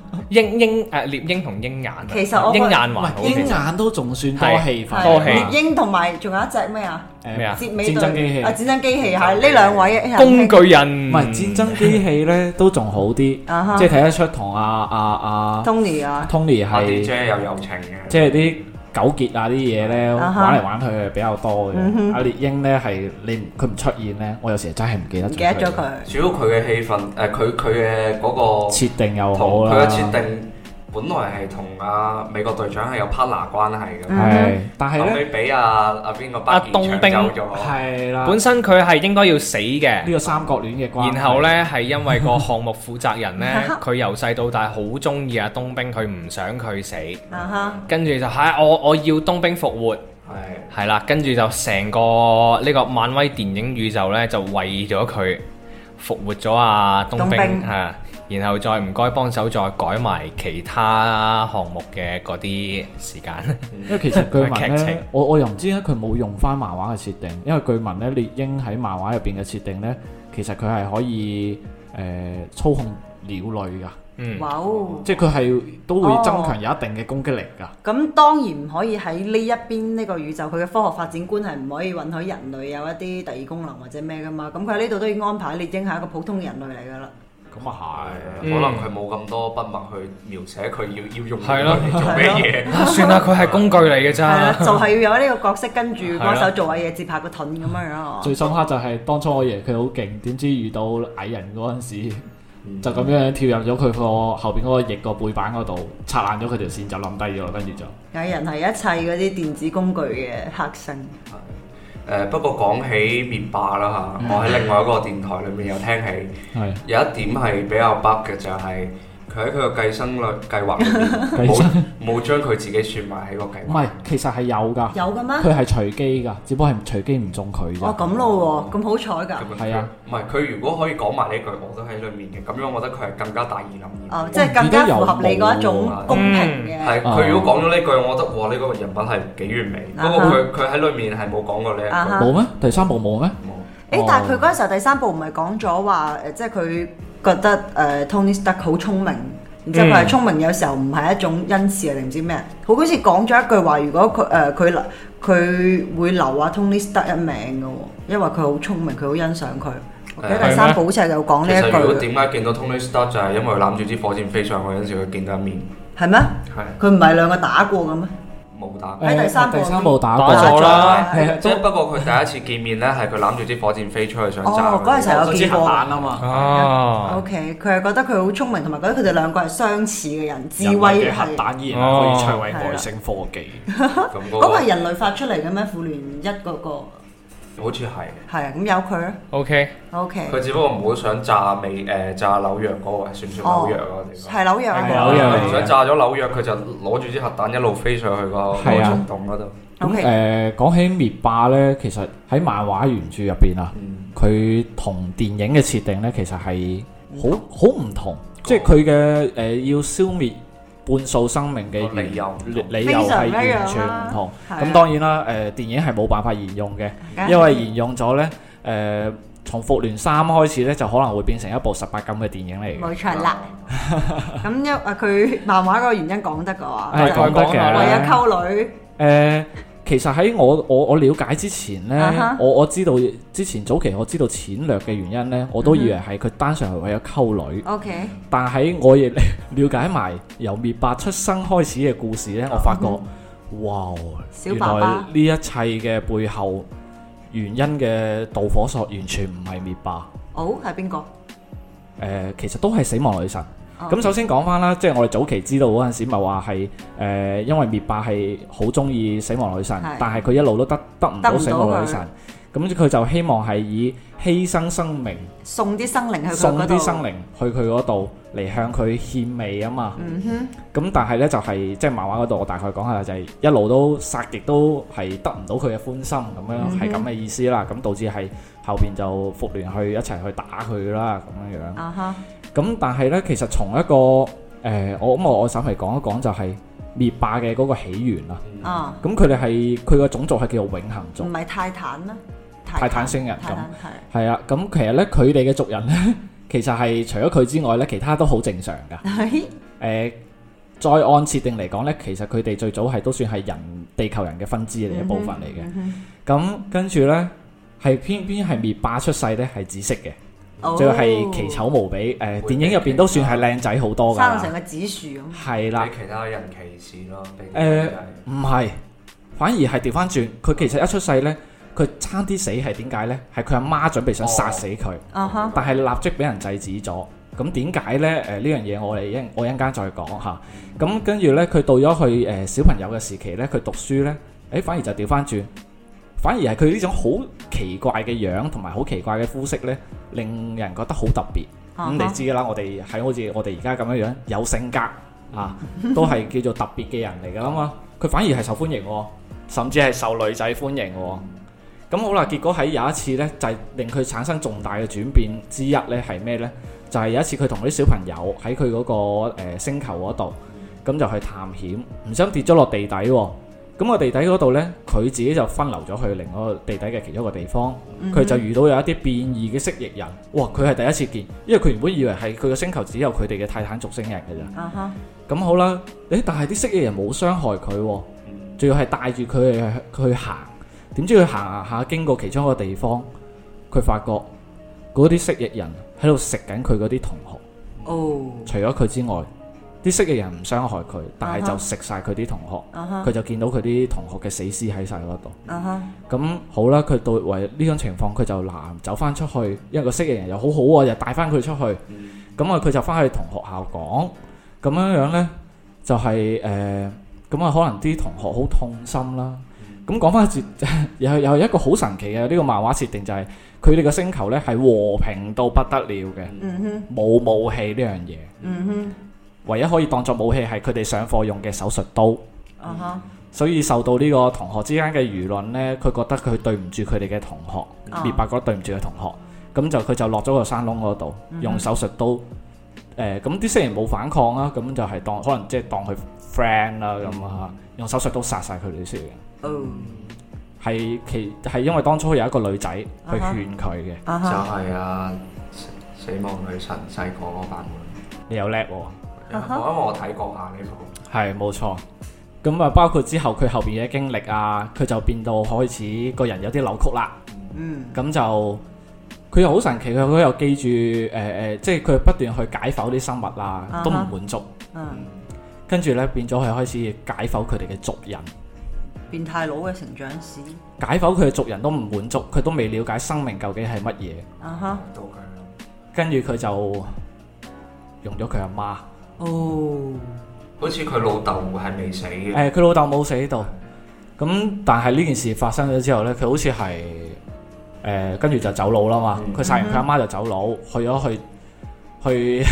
鷹鷹誒獵鷹同鷹眼啊，其實我鷹覺眼得還唔好係，其實鷹眼都仲算多戲份，係多戲獵鷹同埋仲有一隻咩啊？誒咩啊折尾戰爭機器啊，。戰爭機器係呢兩位啊工具人唔係戰爭機器咧，都仲好啲，即啊哈係睇得出同阿阿阿 Tony 啊， Tony 阿 D 係姐有友情嘅。即係啲糾結啊啲嘢咧，啊哈玩嚟玩去係比較多嗯嘅。啊哼阿列英咧係你唔佢唔出現咧，我有時真係唔記得唔記得咗佢佢。主要佢嘅氣氛，誒佢佢嘅嗰個設定又好同佢啦嘅。設定，本來係同阿美國隊長係有 partner 關係嗯嗯嘅，係，但係後咧尾俾阿阿邊個阿北冬延兵搶走咗。係啦，本身佢係應該要死嘅呢。個三角戀嘅關係，然後呢，係因為個項目負責人 (laughs) 呢，佢由細到大好中意阿冬兵，佢唔想佢死，啊哈，跟住就係、我我要冬兵復活，係。係啦，跟住就成個呢個漫威電影宇宙呢，就為咗佢復活咗阿冬冬兵兵係啊，然後再唔該幫手再改埋其他項目嘅嗰啲時間，因為其實 (laughs) 據佢係聞劇咧情，我我又唔知咧，佢冇用翻漫畫嘅設定，因為據聞咧，獵鷹喺漫畫入邊嘅設定咧，其實佢係可以誒、呃操控鳥類噶，嗯，哇哦！即係佢係都會哦增強有一定嘅攻擊力噶。咁當然唔可以喺呢一邊呢個宇宙，佢嘅科學發展觀係唔可以允許人類有一啲第二功能或者咩噶嘛。咁佢喺呢度都要安排獵鷹係一個普通人類嚟噶啦。咁啊係，可嗯能佢冇咁多筆墨去描寫佢要要用係咯佢嚟做咩嘢。啊算啦，佢係工具嚟嘅係啦，咋，就係要有呢個角色跟住係啦幫手做下嘢，接下個盾咁樣樣 (laughs) 咯。最深刻就係當初我以為佢好勁，點知遇到矮人嗰陣時，嗯就咁樣跳入咗佢個後邊嗰個翼個背板嗰度，拆爛咗佢條線就冧低咗啦，跟住就有人係一切嗰啲電子工具嘅黑星，誒，不過講起滅霸啦嚇，我喺另外一個電台裏面有聽起，嗯係有一點係比較 bug 嘅就係佢喺佢個計生率計劃裏面 (laughs) 計冇生冇將佢自己算埋喺個計唔劃係？。其實係有㗎，有嘅咩？佢係隨機㗎，只不過係隨機唔中佢哦啫。咁咯喎，咁好彩㗎。咁樣係啊，唔係佢如果可以講埋呢句，我都喺裏面嘅，咁樣我覺得佢係更加大義諗哦，啊然。即係更加符合你嗰一種公平嘅。係哦佢如果講咗呢句，我覺得哇，呢個人物係幾完美。不過啊哈佢佢喺裏面係冇講過呢一啊哈句。冇咩？第三部冇咩？冇誒，但係佢嗰陣時候第三部唔係講咗話誒，即係佢覺得誒、Tony Stark 好聰明，然之後佢係聰明有時候唔係一種恩賜啊定唔知咩，好好似講咗一句話，如果佢誒佢留佢會留啊 Tony Stark 一命嘅喎，因為佢好聰明，佢好欣賞佢。或者第三部好似係有講其呢一實如果句，點解見到 Tony Stark 就係因為佢攬住支火箭飛上去嗰陣時，佢見到一面，係咩？係佢唔係兩個打過嘅咩？冇打。喺第三部啊第三部打打咗過，啦係 (laughs) 啊即係不過佢第一次見面咧，係佢攬住支火箭飛出去想炸哦佢。，嗰陣時候有見過。嗰支核彈啊嘛。哦， OK，佢係覺得佢好聰明，同埋覺得佢哋兩個係相似嘅人，智慧係。哦人類嘅核彈依然可以摧毀外星科技。咁嗰嗰個係個人類發出嚟嘅咩？婦聯一嗰個好似係，係啊，咁有佢啦。 OK， OK，佢只不過唔好想炸美誒炸紐約嗰個，算唔算紐約嗰個地方？係紐約係嗰紐個。佢約嚟啊唔嘅想炸咗紐約，佢就攞住支核彈一路飛上去個個係啊蟲洞嗰度。咁 OK 誒講起滅霸呢，其實喺漫畫原著入邊啊，嗯佢同電影嘅設定呢，其實係好好唔同，即哦係佢嘅誒要消滅半數生命哦嘅個理由唔同理由係非常完不一全樣唔啦同。係啊咁當然啦，誒、電影係冇辦法沿用嘅，梗係因為沿用咗呢，誒、呃從復聯三開始呢，就可能會變成一部十八禁嘅電影嚟嘅。冇錯啦。咁因啊，佢漫畫嗰個原因講得嘅話，係就講得講下為啦嘅咗。溝女，誒、其實喺我我我了解之前呢啊哈我我知道之前早期我知道淺略嘅原因呢，我都以嗯為係佢單純係為咗溝女。 OK，但喺我亦 (laughs) 了解埋由滅霸出生開始嘅故事呢，我發覺，哇！嗯小原爸來爸呢一切嘅背後原因嘅導火索完全唔係滅霸，哦係邊個？誒、呃其實都係死亡女神。哦咁首先講翻啦，即係我哋早期知道嗰陣時，咪話係誒，因為滅霸係好中意死亡女神係，但係佢一路都得得唔得到唔死到亡女佢神，咁佢就希望係以犧牲生命送啲生靈去佢送嗰啲度。生靈去佢嗰度嚟向佢獻媚啊嘛。嗯哼，咁但係呢，就係、即係漫畫嗰度，我大概講下就係、一路都殺極都係得唔到佢嘅歡心咁樣，嗯哼係咁嘅意思啦。咁導致係後邊就復聯去一齊去打佢啦咁樣樣。啊哈，咁但係呢，其實從一個誒、呃我咁我我稍微講一講就係滅霸嘅嗰個起源啦。啊，咁佢哋係佢個種族係叫做永恆唔族，係泰坦咩？泰坦星人泰坦係啊。咁其實呢，佢哋嘅族人呢， (laughs) 其實係除咗佢之外呢，其他都好正常㗎。係，誒、再按設定嚟講呢，其實佢哋最早係都算係人地球人嘅分支嚟一部分嚟嘅。咁、跟住呢，係偏偏係滅霸出世呢係紫色嘅，哦最後係奇醜無比。誒、會電影入邊都算係靚仔好多㗎生到成啦。個紫樹咁。係啦俾，其他人歧視咯。俾誒佢哋唔係，反而係調翻轉。佢其實一出世呢，佢差啲死係點解呢？係佢阿媽準備想殺死佢。啊哈，但係立即俾人制止咗。咁點解呢？誒、呢樣嘢我哋一我一陣間再講嚇。咁跟住呢，佢到咗佢誒小朋友嘅時期呢，佢讀書呢，誒反而就調翻轉，反而係佢呢種好奇怪嘅樣同埋好奇怪嘅膚色呢，令人覺得好特別。咁、啊哈你知㗎啦，我哋係好似我哋而家咁樣樣有性格啊，都係叫做特別嘅人嚟㗎啦嘛。佢反而係受歡迎喎，甚至係受女仔歡迎喎。咁好啦，結果喺有一次呢，就係、令佢產生重大嘅轉變之一呢係咩呢？就係、有一次佢同啲小朋友喺佢嗰個、呃、星球嗰度，咁就去探險，唔想跌咗落地底喎、咁個地底嗰度呢，佢自己就分流咗去另外一個地底嘅其中一個地方，佢、就遇到有一啲變異嘅蜥蜴人。哇！佢係第一次見，因為佢原本以為係佢個星球只有佢哋嘅泰坦族星人嘅咋。啊哈，咁好啦，誒，但係啲蜥蜴人冇傷害佢喎，仲要係帶住佢去佢去行。點知佢行行下經過其中一個地方，佢發覺嗰啲蜥蜴人喺度食緊佢嗰啲同學。哦，除咗佢之外，啲蜥蜴人唔傷害佢，但係啊就哈食晒佢啲同學。啊哈佢就見到佢啲同學嘅死屍喺晒嗰度。啊哈，咁好啦，佢到為呢種情況，佢就嗱走翻出去，因為個蜥蜴人又好好喎，又帶翻佢出去。咁啊、嗯佢就翻去同學校講，咁樣樣呢，就係、誒，咁、啊，可能啲同學好痛心啦。嗯咁講翻節， (laughs) 又係又係一個好神奇嘅呢、個漫畫設定，就係佢哋個星球呢係和平到不得了嘅，嗯哼，冇武器呢樣嘢，嗯唯一可以當作武器係佢哋上課用嘅手術刀。哼，啊哈，所以受到呢個同學之間嘅輿論呢，佢覺得佢對唔住佢哋嘅同學，啊滅霸覺得對唔住嘅同學，咁就佢就落咗個山窿嗰度，嗯用手術刀。誒咁啲雖然冇反抗啦，咁就係當可能即係當佢 friend 啦咁啊，嗯用手術刀殺晒佢哋先嘅。哦，係其係因為當初有一個女仔去啊哈勸佢嘅，啊就哈，係啊死死亡女神細個嗰版你又叻喎，啊本，因為我睇過下呢部，係冇錯。咁啊，包括之後佢後邊嘅經歷啊，佢就變到開始個人有啲扭曲啦。嗯，咁就佢又好神奇，佢佢又記住誒誒、呃即係佢不斷去解剖啲生物啦，都唔啊哈滿足，嗯，跟住咧變咗佢開始解剖佢哋嘅族人，變態佬嘅成長史解剖佢嘅族人都唔滿足，佢都未了解生命究竟係乜嘢，啊哈，到佢啦，跟住佢就用咗佢阿媽。哦，好似佢老豆係未死嘅，誒，佢老豆冇死到，咁但係呢件事發生咗之後呢，佢好似係誒跟住就走佬啦嘛，嗯佢殺完佢阿媽就走佬，去咗去去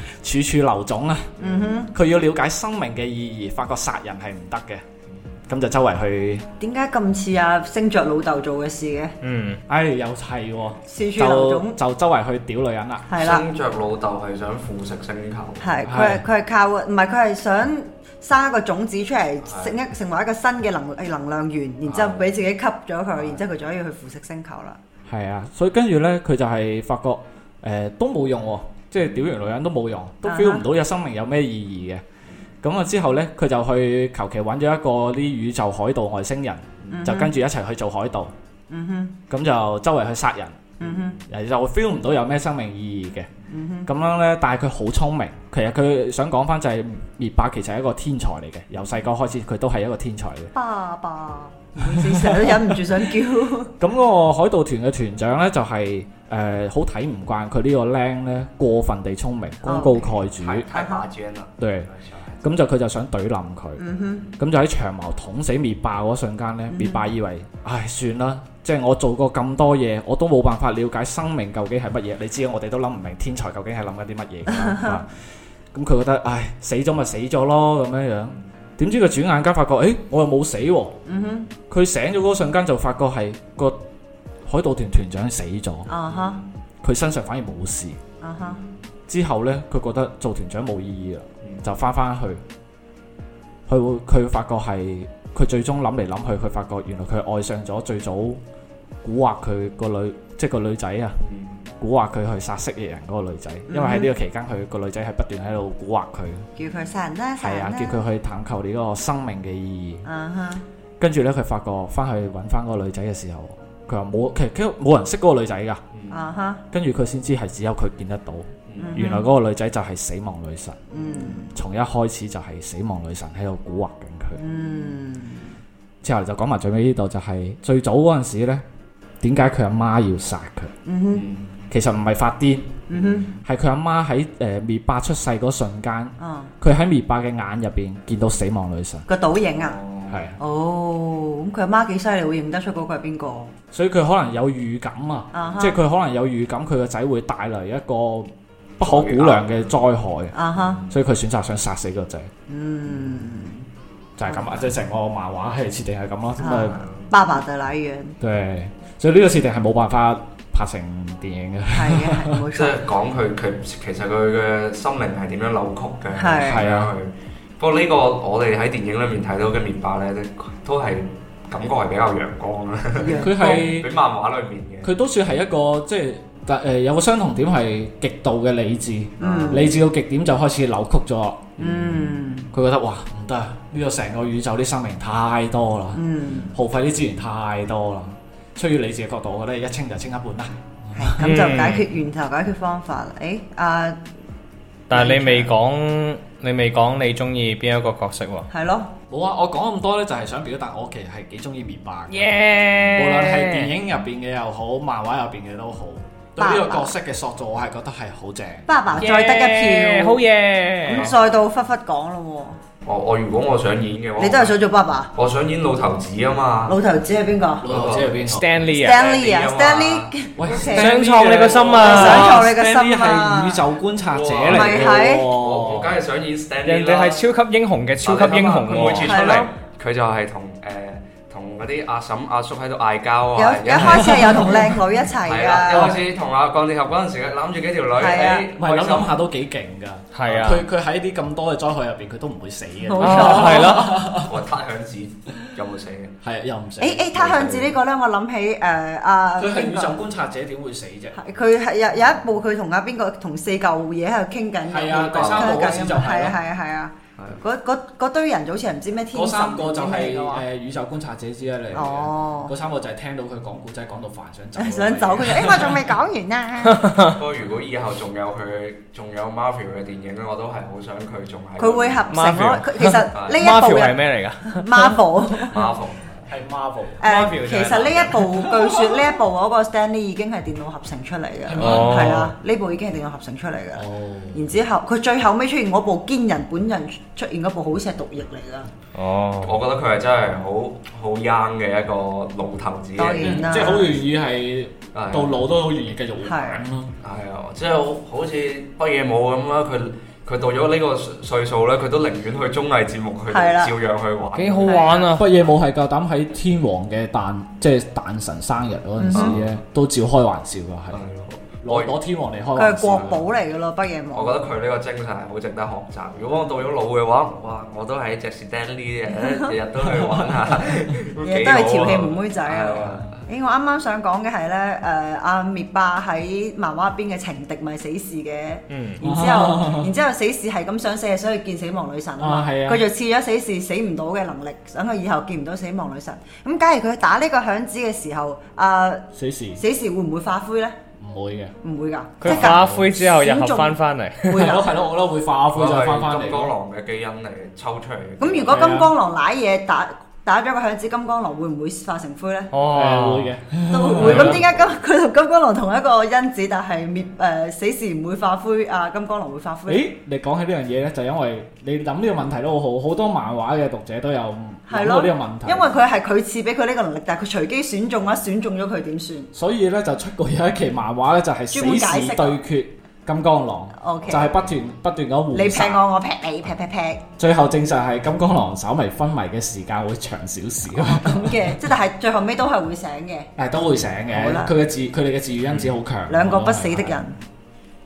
(laughs) 處處留種啊！嗯哼，佢要了解生命嘅意義，發覺殺人係唔得嘅，咁就周圍去，點解咁似阿星爵老豆做嘅事嘅？嗯，唉、又係喎，四處留就種，就周圍去屌女人啦，係啦。星爵老豆係想腐蝕星球，係，佢係佢係靠，唔係佢係想生一個種子出嚟，係成一成為一個新嘅能哎能量源，然之後係俾自己吸咗佢，係然之後佢就可以去腐蝕星球啦。係啊，所以跟住呢，佢就係發覺誒、都冇用喎、即係屌完女人都冇用，都啊哈 feel 唔到有生命有咩意義嘅。咁啊之後呢，佢就去求其揾咗一個啲宇宙海盜外星人，嗯哼就跟住一齊去做海盜，嗯哼，咁就周圍去殺人，嗯哼，誒就 feel 唔到有咩生命意義嘅。嗯哼，咁樣呢，但係佢好聰明，其實佢想講翻就係滅霸其實係一個天才嚟嘅，由細個開始佢都係一個天才嘅。爸爸，唔好意思成日都忍唔住想叫。咁 (laughs) 嗰個海盜團嘅團長呢，就係誒好睇唔慣佢呢個僆呢過分地聰明，功高蓋主，太太霸佔啦，對，咁就佢就想懟冧佢，嗯哼，咁就喺長矛捅死滅霸嗰瞬間呢，滅霸以為唉算啦，即係我做過咁多嘢，我都冇辦法了解生命究竟係乜嘢，你知我哋都諗唔明天才究竟係諗緊啲乜嘢㗎啦係嘛咁佢覺得唉死咗咪死咗咯咁樣樣，點知佢轉眼間發覺，誒我又冇死喎。嗯佢醒咗嗰瞬間就發覺係個海盜團團長死咗，哼，啊哈，佢身上反而冇事。啊哈，之後呢，佢覺得做團長冇意義啦，嗯就翻返去。佢會佢發覺係佢最終諗嚟諗去，佢發覺原來佢愛上咗最早蠱惑佢個女，即係個女仔啊，蠱惑佢去殺蜥蜴人嗰個女仔。因為喺呢個期間，佢個女仔係不斷喺度蠱惑佢，叫佢殺人啦，殺係啊人，啦。叫佢去探求呢個生命嘅意義。啊哈，跟住咧，佢發覺翻去揾翻嗰個女仔嘅時候，佢話冇，其實冇人識嗰個女仔噶。啊哈，跟住佢先知係只有佢見得到，嗯哼原來嗰個女仔就係死亡女神，嗯從一開始就係死亡女神喺度蠱惑緊佢。嗯之後就講埋最尾呢度就係、最早嗰陣時咧，點解佢阿媽要殺佢？嗯哼，其實唔係發癲，嗯哼，係佢阿媽喺誒滅霸出世嗰瞬間，啊佢喺滅霸嘅眼入邊見到死亡女神，個倒影啊，嗯係啊，哦，咁佢阿媽幾犀利，會認得出嗰個係邊個？所以佢可能有預感啊。啊哈即係佢可能有預感，佢個仔會帶嚟一個不可估量嘅災害，啊哈。所以佢選擇想殺死個仔，嗯，就係咁啊！即係成個漫畫係設定係咁咯。咁嗯啊，爸爸的來源，對，所以呢個設定係冇辦法拍成電影嘅。係嘅，係冇即錯，係講佢佢其實佢嘅心靈係點樣扭曲嘅，係係啊。不過呢個我哋喺電影裏面睇到嘅面霸咧，都係感覺係比較陽 (laughs) 光啦，陽佢係比漫畫裏面嘅。佢都算係一個即係，但誒有個相同點係極度嘅理智，嗯理智到極點就開始扭曲咗。嗯佢覺得哇唔得，呢個成個宇宙啲生命太多啦，嗯，耗費啲資源太多啦。出於理智嘅角度，我覺得一清就清一半啦。係咁就解決源頭解決方法啦。誒，啊，但係你未講，你未講你中意邊一個角色喎？係咯，冇啊！我講咁多咧，就係想表達我其實係幾中意滅霸嘅無耶論係電影入邊嘅又好，漫畫入邊嘅都好，對呢個角色嘅塑造，我係覺得係好正。爸爸再得一票，好咁嘢！再到忽忽講咯我我如果我想演嘅喎，話，你都係想做爸爸？我想演老頭子啊嘛。老頭子係邊個老頭哦子係邊個？ Stanley à? 啊， ？Stanley Stanley 啊啊，Stanley，喂， OK 想創你個心啊 Dạ. 想創你個心啊 Stanley 係宇宙觀察者嚟咪嘅哦係我我梗喎。係想演 Stanley 人哋哦係超級英雄嘅超 Dạ, 級英雄佢每次喎。出係嚟咯，佢就係同誒同嗰啲阿嬸阿叔喺度嗌交有啊。一開始係有同靚女一齊係啦，一開㗎，始同阿鋼鐵俠嗰陣時，攬住幾條女，哎係啊唔係誒諗開心諗。下都幾勁㗎。係啊佢佢喺啲咁多嘅災害入邊，佢都唔會死嘅。冇啊係咯，我他響子有冇死 (laughs) 嘅？係啊又唔死。誒誒，他向子呢個咧，我諗起誒啊，佢係邊宇個宙觀察者，點會死啫？係佢係有有一部佢同阿邊個同四嚿嘢喺度傾緊，啊係啊第三部嗰時就係咯係啊係啊係啊，嗰嗰嗰堆人就好似係唔知咩天嗰神三個就咁係嚟嘅話誒宇宙觀察者之一嚟嘅， (laughs) 哦嗰三個就係聽到佢講故仔講到煩想走， (laughs) 想走，佢就誒我仲未講完啊！不過如果以後仲有佢，仲有 Marvel 嘅電影咧，我都係好想佢仲係佢會合成咯 Marvel，佢其實呢一部 Marvel 係嘅咩嚟㗎？ (laughs) Marvel Marvel 係 Marvel。 Marvel 誒，就其係實呢一部據說呢一部嗰個 Stanley 已經係電腦合成出嚟嘅，係嗎係啊，呢部已經係電腦合成出嚟嘅。哦，然之後，佢最後尾出現嗰部堅人本人出現嗰部，好似係毒液嚟㗎。哦，我覺得佢係真係好好 young 嘅一個老頭子嚟嘅。當然啦即係好願意係係啊到老都好願意繼續玩咯。係啊，即係好好似北野武咁啦，佢佢到咗呢個歲數咧，佢都寧願去綜藝節目去照係啦樣去玩。幾好玩啊！不嘢冇係夠膽喺天王嘅誕即係誕神生日嗰陣時嗯咧，都照開玩笑㗎，係係咯，攞我攞天王嚟開佢玩係笑國㗎。寶嚟㗎咯，北野我武。覺得佢呢個精神係好值得學習。如果我到咗老嘅話，哇！我都係隻 (laughs) Stanley 嘅，日日都去玩下，日幾都係好啊調戲妹妹仔係啊！誒，我啱啱想講嘅係咧，誒呃阿滅霸喺漫畫入邊嘅情敵咪死侍嘅，嗯然之後，然之後死侍係咁想死，所以見死亡女神啊嘛啊係啊佢就賜咗死侍死唔到嘅能力，等佢以後見唔到死亡女神。咁假如佢打呢個響指嘅時候，啊死時死侍會唔會化灰咧？唔會嘅。唔會㗎，即佢係化灰之後又合選中翻翻嚟，會係 (laughs) 咯㗎。係咯，我覺得會化灰就係翻翻嚟金。剛狼嘅基因嚟抽出嚟。咁如果金剛狼舐嘢打打咗個響指，金剛狼會唔會化成灰咧？哦 Dạ, 誒，會嘅。都會咁點解金 (laughs) 佢同金剛狼同一個因子，但係滅誒死侍唔會化灰，啊金剛狼會化灰？誒，你講起呢樣嘢咧，就因為你諗呢個問題都好好，好多漫畫嘅讀者都有諗係到咯，呢個問題。因為佢係佢賜俾佢呢個能力，但係佢隨機選中啊，選中咗佢點算？所以咧就出過有一期漫畫咧，就係死專門解士釋啊對決金剛狼 OK 就係不斷不斷咁互你劈殺，我，我劈你，劈劈劈最後證實係金剛狼稍微昏迷嘅時間會長少少， (laughs) 咁嘅，即係但係最後尾都係會醒嘅，但係都會醒好嘅。啦嗯佢嘅自佢哋嘅自愈因子好強，兩個不死的人。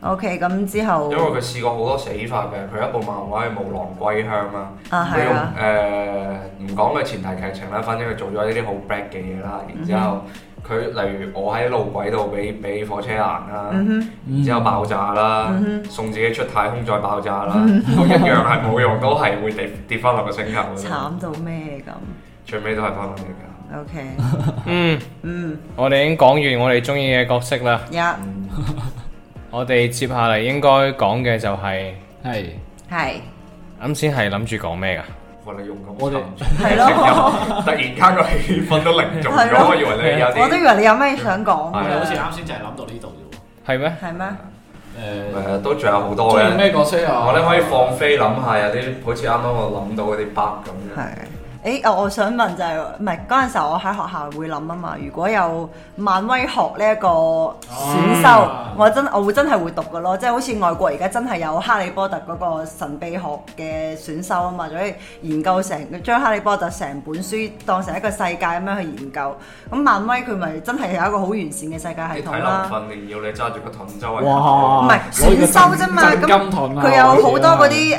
OK，咁之後因為佢試過好多死法嘅，佢一部漫畫係《無狼歸鄉》啦，啊佢係用呃啊誒唔講佢前提劇情啦，反正佢做咗呢啲好 black 嘅嘢啦，然之嗯後佢例如我喺路軌度俾俾火車行啦，嗯然之後爆炸啦，送自己出太空再爆炸啦，嗯都一樣係冇用，都係會跌跌翻落個星球嗰度，慘到咩咁最尾都係翻落嚟㗎。 ？OK，嗯，嗯，我哋已經講完我哋中意嘅角色啦，一嗯我哋接下嚟應該講嘅就係係係啱先係諗住講咩㗎？我哋用咁我哋係咯， (laughs) 突然間個氣氛都凝重係咯咗，我以為你有我都以啲為你有咩想講我哋好似㗎，啱先就係諗到呢度啫係咩？係咩？喎。誒都仲有好誒，多中嘅意。咩角色啊？我咧可以放飛諗下，有啲好似啱啱我諗到嗰啲 bug 咁樣。係。誒、哦我我想問就係、唔係嗰陣時候我喺學校會諗啊嘛，如果有漫威學呢一個選修，啊我真我會真係會讀嘅咯，即係好似外國而家真係有哈利波特嗰個神秘學嘅選修啊嘛，所以研究成將哈利波特成本書當成一個世界咁樣去研究，咁漫威佢咪真係有一個好完善嘅世界你系睇統流啦。訓練要你揸住個盾周圍。哇！唔係啊攞呢個選修啫嘛，真咁金盾啊佢有好多嗰我知啲誒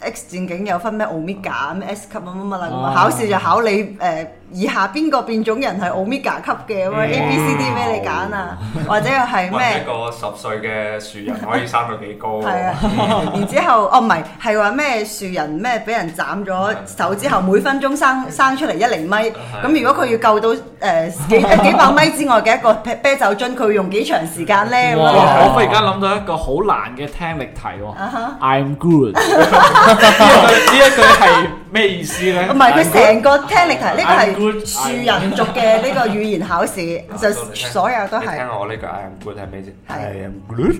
X 戰警有分咩 Omega 咩 S 級乜乜乜啦，咁啊啊考試就考你誒以下邊個變種人係 Omega 級嘅咁樣啊嗯 A B C D 俾你揀 (laughs) 啊，或者又係揾一咩？個十歲嘅樹人可以生到幾高？係啊，然之後哦唔係，係話咩樹人咩俾人斬啊咗手之後，每分鐘嗯生生出嚟一零米，咁如果佢要救到誒 (laughs) 幾幾百米之外嘅一個啤啤酒樽，佢要用幾長時間咧？咁哇！樣我忽然間諗到一個好難嘅聽力題喎啊哈，I'm good。呢一句呢一句係咩意思咧？唔係，佢成個聽力題，呢個 I'm good, 係樹人族嘅呢個語言考試，就所有都啊你聽啊係。下我呢句 I am good 係咩先係 I am good。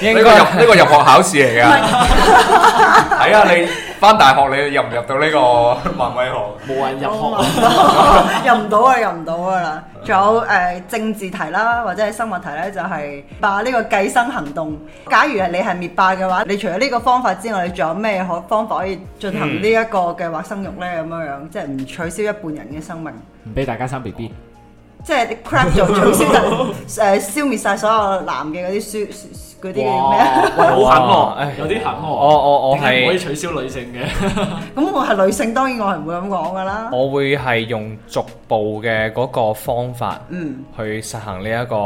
應呢個該入呢個入學考試嚟㗎。睇下你翻大學你入唔入到呢個 (laughs) 漫威學？冇人入學哦啊。 (laughs) 入唔到啊，入唔到噶啦！仲有誒、政治題啦，或者係生物題咧，就係霸呢個寄生行動。假如係你係滅霸嘅話，你除咗呢個方法之外，你仲有咩可方法可以進行呢一個嘅劃生育咧？咁樣樣即係唔取消一半人嘅生命。唔俾大家生 B B。即係你 crap 就取消就誒消滅晒所有男嘅嗰啲書書嗰啲叫咩啊？喂，好狠哇喎唉， (laughs) 有啲狠喎。我我我點解唔可係以取消女性嘅。咁我係女性，當然我係唔會咁講噶啊啦。我會係用逐步嘅嗰個方法嗯，去實行呢一個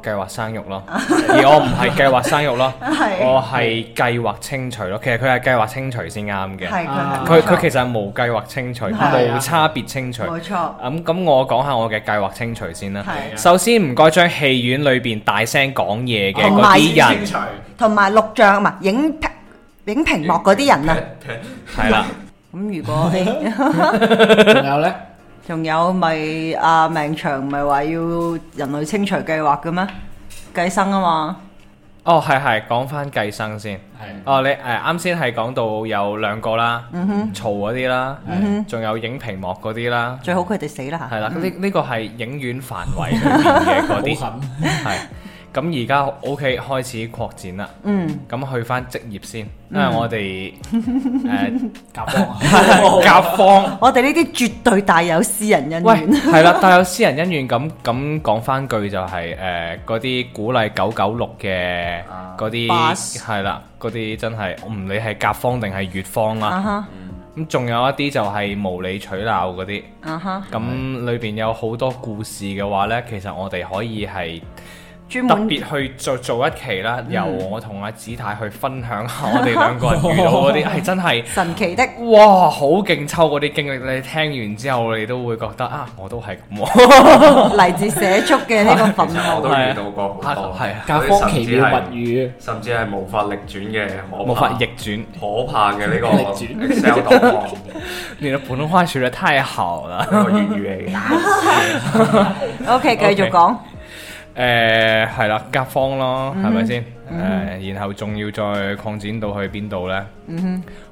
計劃生育咯，啊而我唔係計劃生育 (laughs) 咯，係我係計劃清除咯。其實佢係計劃清除先啱嘅，係啊佢佢其實係無計劃清除，係啊無差別清除。冇錯，咁咁，我講下我嘅計劃清除先啦。係首先唔該將戲院裏邊大聲講嘢嘅哦同嗰埋啲人清除同埋錄像唔係影屏影屏幕嗰啲人啊。係啦，(laughs) 咁如果誒仲有咧，仲有咪阿命長咪話要人類清除計劃嘅咩？計生啊嘛，哦係係，講翻計生先。係哦，你誒啱先係講到有兩個啦，嘈嗰啲啦嗯，啊仲有影屏幕嗰啲啦，最好佢哋死啦係嚇。啦，呢呢個係影院範圍裏面嘅嗰啲，好狠。係。咁而家 OK 開始擴展啦，嗯，咁去翻職業先，因嗯為我哋 (laughs) 誒夾幫 (laughs) 啊甲方。我哋呢啲絕對大有私人恩 (laughs) 喂，怨。係啦，但有私人恩怨咁咁講翻句就係誒嗰啲鼓勵九九六嘅嗰啲啊 Bus 係啦，嗰啲真係我唔理係甲方定係乙方啊啦。哈咁仲有一啲就係無理取鬧嗰啲，啊哈，咁裏邊有好多故事嘅話呢，其實我哋可以係專特門別去做做一期啦，嗯由我同阿子太去分享下我哋兩個人遇到 (laughs) 嗰啲，係真係。神 (laughs) 奇的。哇，好勁抽嗰啲經歷，你聽完之後，你都會覺得啊，我都係咁喎。嚟自社畜嘅呢個 (laughs) 其實憤我怒都遇到過好多，係啊甲方奇妙物語，甚至係無法逆轉嘅可無法怕逆轉，可怕嘅呢個逆轉 Excel 檔案，你的普通話學得太好了。呢個粵語嚟嘅。 ，OK，繼續講。 (laughs) 誒係啦，甲方咯，係咪先？誒，然後仲要再擴展到去邊度呢？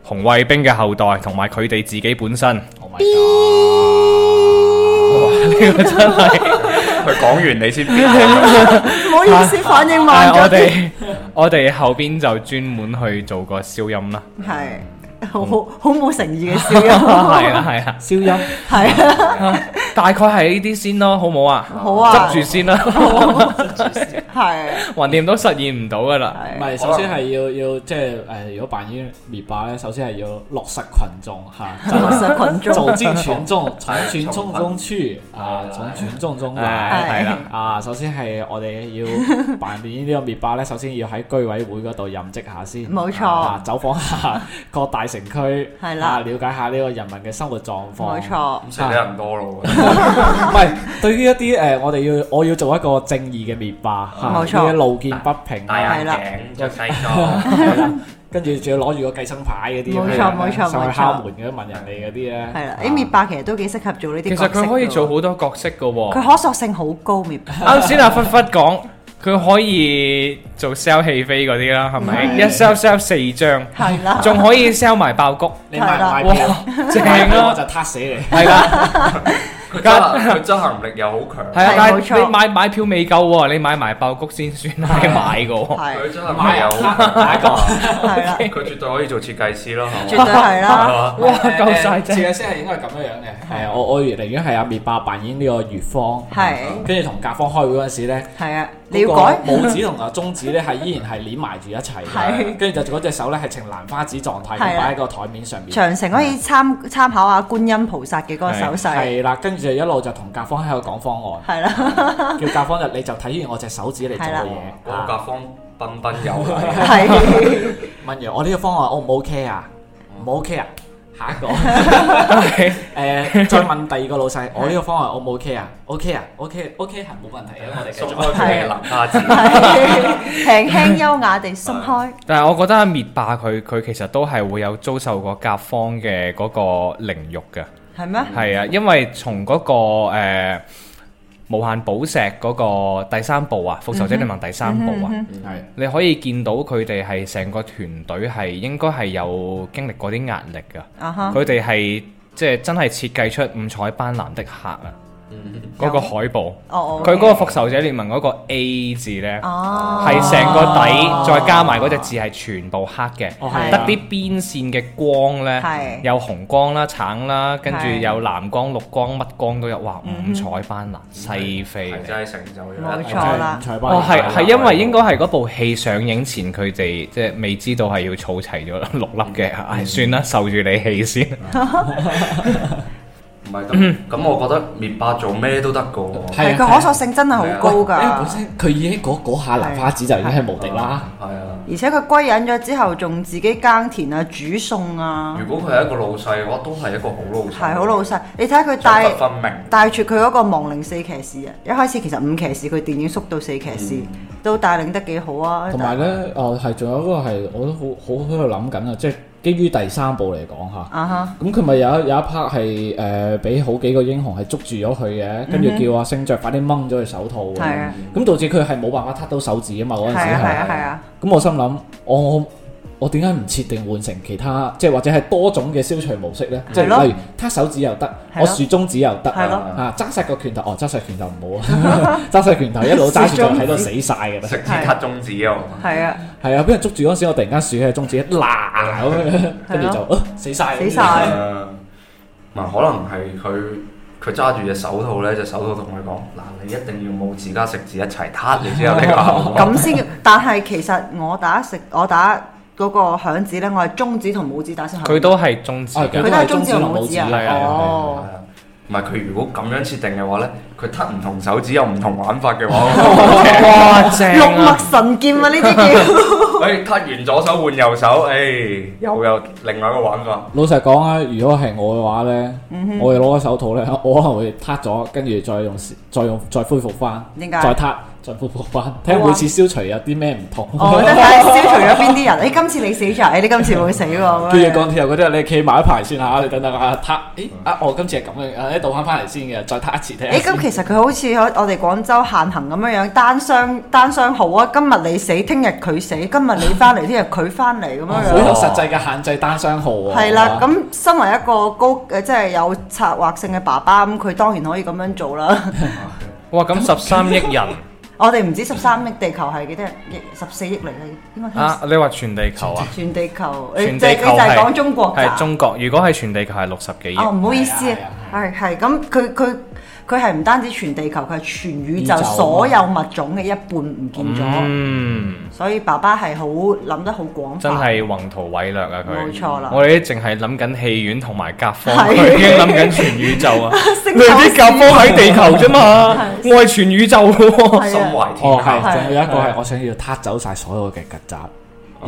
紅衛兵嘅後代同埋佢哋自己本身， Oh my god！佢講完你先變，唔好意思，反應係慢我咗啲。哋 (laughs) 我哋後邊就專門去做個消音啦。係好好好冇誠意嘅笑哦 (laughs) 音，係啦係啦，消音，係啊，大概係呢啲先咯，好唔好啊？好啊執住先啦，係 (laughs) 橫掂都實現唔到噶啦。唔係係首先係要要即係誒，如果扮演滅霸咧，首先係要落實群眾 (laughs) 嚇，落實 (laughs) 群眾走進 (laughs) 群眾，從群眾中去啊，從群眾中誒來。係啦。啊，首先係我哋 (laughs) 要扮演呢個滅霸咧，首先要喺居委會嗰度任職下先，冇錯啊走訪下各大城區，係啦啊，了解下呢個人民嘅生活狀況，冇。錯，咁死得人多咯喎。唔係對於一啲誒，我哋要我要做一個正義嘅滅霸，嚇冇錯要路見不平戴啊，眼鏡着西裝， (laughs) 係啦跟住仲要攞住個計生牌嗰啲，冇錯係啦冇錯上冇錯去敲門嘅問人哋嗰啲咧，係啦，啊誒滅霸其實都幾適合做呢啲其角實色，佢可以做，好多角色噶喎。佢可塑性好高滅霸，啱先阿忽忽講，佢可以做 sell 戲飛嗰啲啦，係咪？係一 sell sell 四張， (laughs) 係啦，仲可以 sell 埋爆谷，你買唔買哇票，，正買票我啊！就撻死你。係啦，佢執行佢執行力又好強，係啊，係但冇係錯你買買票未夠喎，你買埋爆谷先算係買噶喎。係佢執行力又好買一個強，係啦，佢絕對可以做設計師 (laughs) 咯，絕係對嘛？係 (laughs) 啦，係嘛哇，夠晒正正！設！計師係應該係咁樣樣嘅。係啊，我我寧願係阿滅霸扮演呢個乙方，係跟住同甲方開會嗰陣時咧，係啊，你要嗰個改拇指同啊中指咧係依然係連埋住一齊嘅，係跟住就嗰隻手咧係呈蘭花指狀態咁係啦擺喺個台面上面。長城可以參參考下觀音菩薩嘅嗰個手勢，係啦，跟住就一路就同甲方喺度講 (laughs) 方係啦，案，叫甲方就你就睇完我隻手指嚟做係啦嘅嗰嘢個甲啊。方彬彬有禮。係問完我呢個方案 O 唔 OK 啊？嗯唔 OK 啊？下 (laughs) 一個 (laughs) 係誒，再問第二個老細，我呢個方案 O 唔 OK 啊？OK 啊？OK OK 係冇問嗯題嘅，啊我哋繼鬆續。開佢嘅林花 (laughs) 子，輕輕優雅地鬆開，但係我覺得阿滅霸佢佢其實都係會有遭受過甲方嘅嗰個凌辱嘅。係咩？係啊，因為從嗰、個、呃、無限寶石嗰個第三部啊，復仇者聯盟第三部啊，嗯係你可以見到佢哋係成個團隊係應該係有經歷過啲壓力噶，啊哈，佢哋係即係真係設計出五彩斑斕的客啊，嗰個海報，哦，佢嗰個復仇者聯盟嗰個 A 字呢，哦，係成個底再加埋嗰隻字係全部黑嘅，哦係係得啊啲邊線嘅光呢係，有紅光啦、橙啦，跟住係嗯有藍光、綠光、乜光都有，哇！五彩斑斓，西飛係嚟。真係成就咗冇一錯代啦財哦，係係因為應該係係嗰部戲上映前佢哋即係未知道係要儲齊咗六粒嘅，唉，算啦，受住你氣先。唔係咁，嗯咁我覺得滅霸做咩都得噶喎。係係啊佢可塑性真係好高因為啊本㗎，身佢已經嗰嗰下蘭花指就已經係無敵啦。係啊，而且佢歸隱咗之後，仲自己耕田啊、煮餸啊如，果佢係一個老細嘅話，都係一個好老細。係好老實。你睇下佢想帶不分明。帶住佢嗰個亡靈四騎士啊，一開始其實五騎士，佢電影縮到四騎士，都帶領得幾好啊。嗯同埋咧，哦係，仲有一個係我都好好喺度諗緊啊，即係基於第三部嚟講嚇。啊哈，咁佢咪有一有一 part 係誒俾好幾個英雄係捉住咗佢嘅，跟住叫阿星爵快啲掹咗佢手套咁嗯係樣啊，咁導致佢係冇辦法撻到手指啊嘛嗰陣係時啊係啊係。係啊，咁我心諗，我我點解唔設定換成其他，即係或者係多種嘅消除模式呢？即係咯係例如撻手指又得，係咯我豎中指又得，係咯啊揸實個拳頭，哦揸實拳頭唔 (laughs) 好啊，揸實拳頭一 (laughs) 路揸住就喺度死晒㗎啦。食指卡中指啊！係啊，係啊，俾人捉住嗰陣時，我突然間豎起個中指一嗱咁樣，跟住就啊死晒。死誒，晒唔呃係可能係佢佢揸住隻手套咧，隻手套同佢講：嗱，你一定要冇指加食指一齊撻， (laughs) 你先有呢個效果。咁先叫。但係其實我打食我打嗰個響指咧，我係中指同拇指打先響。佢都係中指啊㗎佢佢都係中指同拇指啊係啊係啊係。啊哦。唔係佢如果咁樣設定嘅話咧，佢撻唔同手指有唔同玩法嘅話， (laughs) 哇，正六啊脈！神劍啊！呢 (laughs) 啲叫誒撻完左手換右手，誒又有另外一個玩法。老實講啊，如果係我嘅話呢，嗯我會攞個手套呢， (laughs) 我可能會撻咗，跟住再用再用再恢復翻，點解啊再撻再恢復翻，睇下每次消除有啲咩唔同。 (laughs) 哦，即係睇下消除咗邊啲人。誒，今次你死咗，誒，你今次冇死喎。咁跟樣住鋼鐵又嗰啲，你企埋一排先嚇，你等等啊，撻，嗯誒啊，我今次係咁嘅，誒倒翻翻嚟先嘅，再撻一次睇下誒咁先。其實佢好似喺我哋廣州限行咁樣樣，單雙單雙號啊！今日你死，聽日佢死；今日你翻嚟，聽日佢翻嚟咁哇樣好樣。有實際嘅限制單雙號喎。係 (laughs) 啦，咁身為一個高誒，即係有策劃性嘅爸爸，咁佢當然可以咁樣做啦。 (laughs) 哇，咁十三億人我哋唔止十三億地球係幾多人億？十四億嚟嘅，應該啊！你話全地球啊？全地球。誒全即係地你球就係講係中國咋係中國。如果係全地球係六十幾億，哦，唔好意思啊係啊，係係咁，佢佢佢係唔單止全地球，佢係全宇宙啊宇宙所有物種嘅一半唔見咗，嗯，所以爸爸係好諗得好廣真泛。係宏圖偉略啊！佢冇錯啦我哋淨係諗緊戲院同埋甲方，係佢已經諗緊全宇宙啊！星你啲甲方喺地球啫嘛，我係全宇宙喎。係心啊，懷哦天下，係，係哦仲有一個係我想要撻走晒所有嘅曱甴，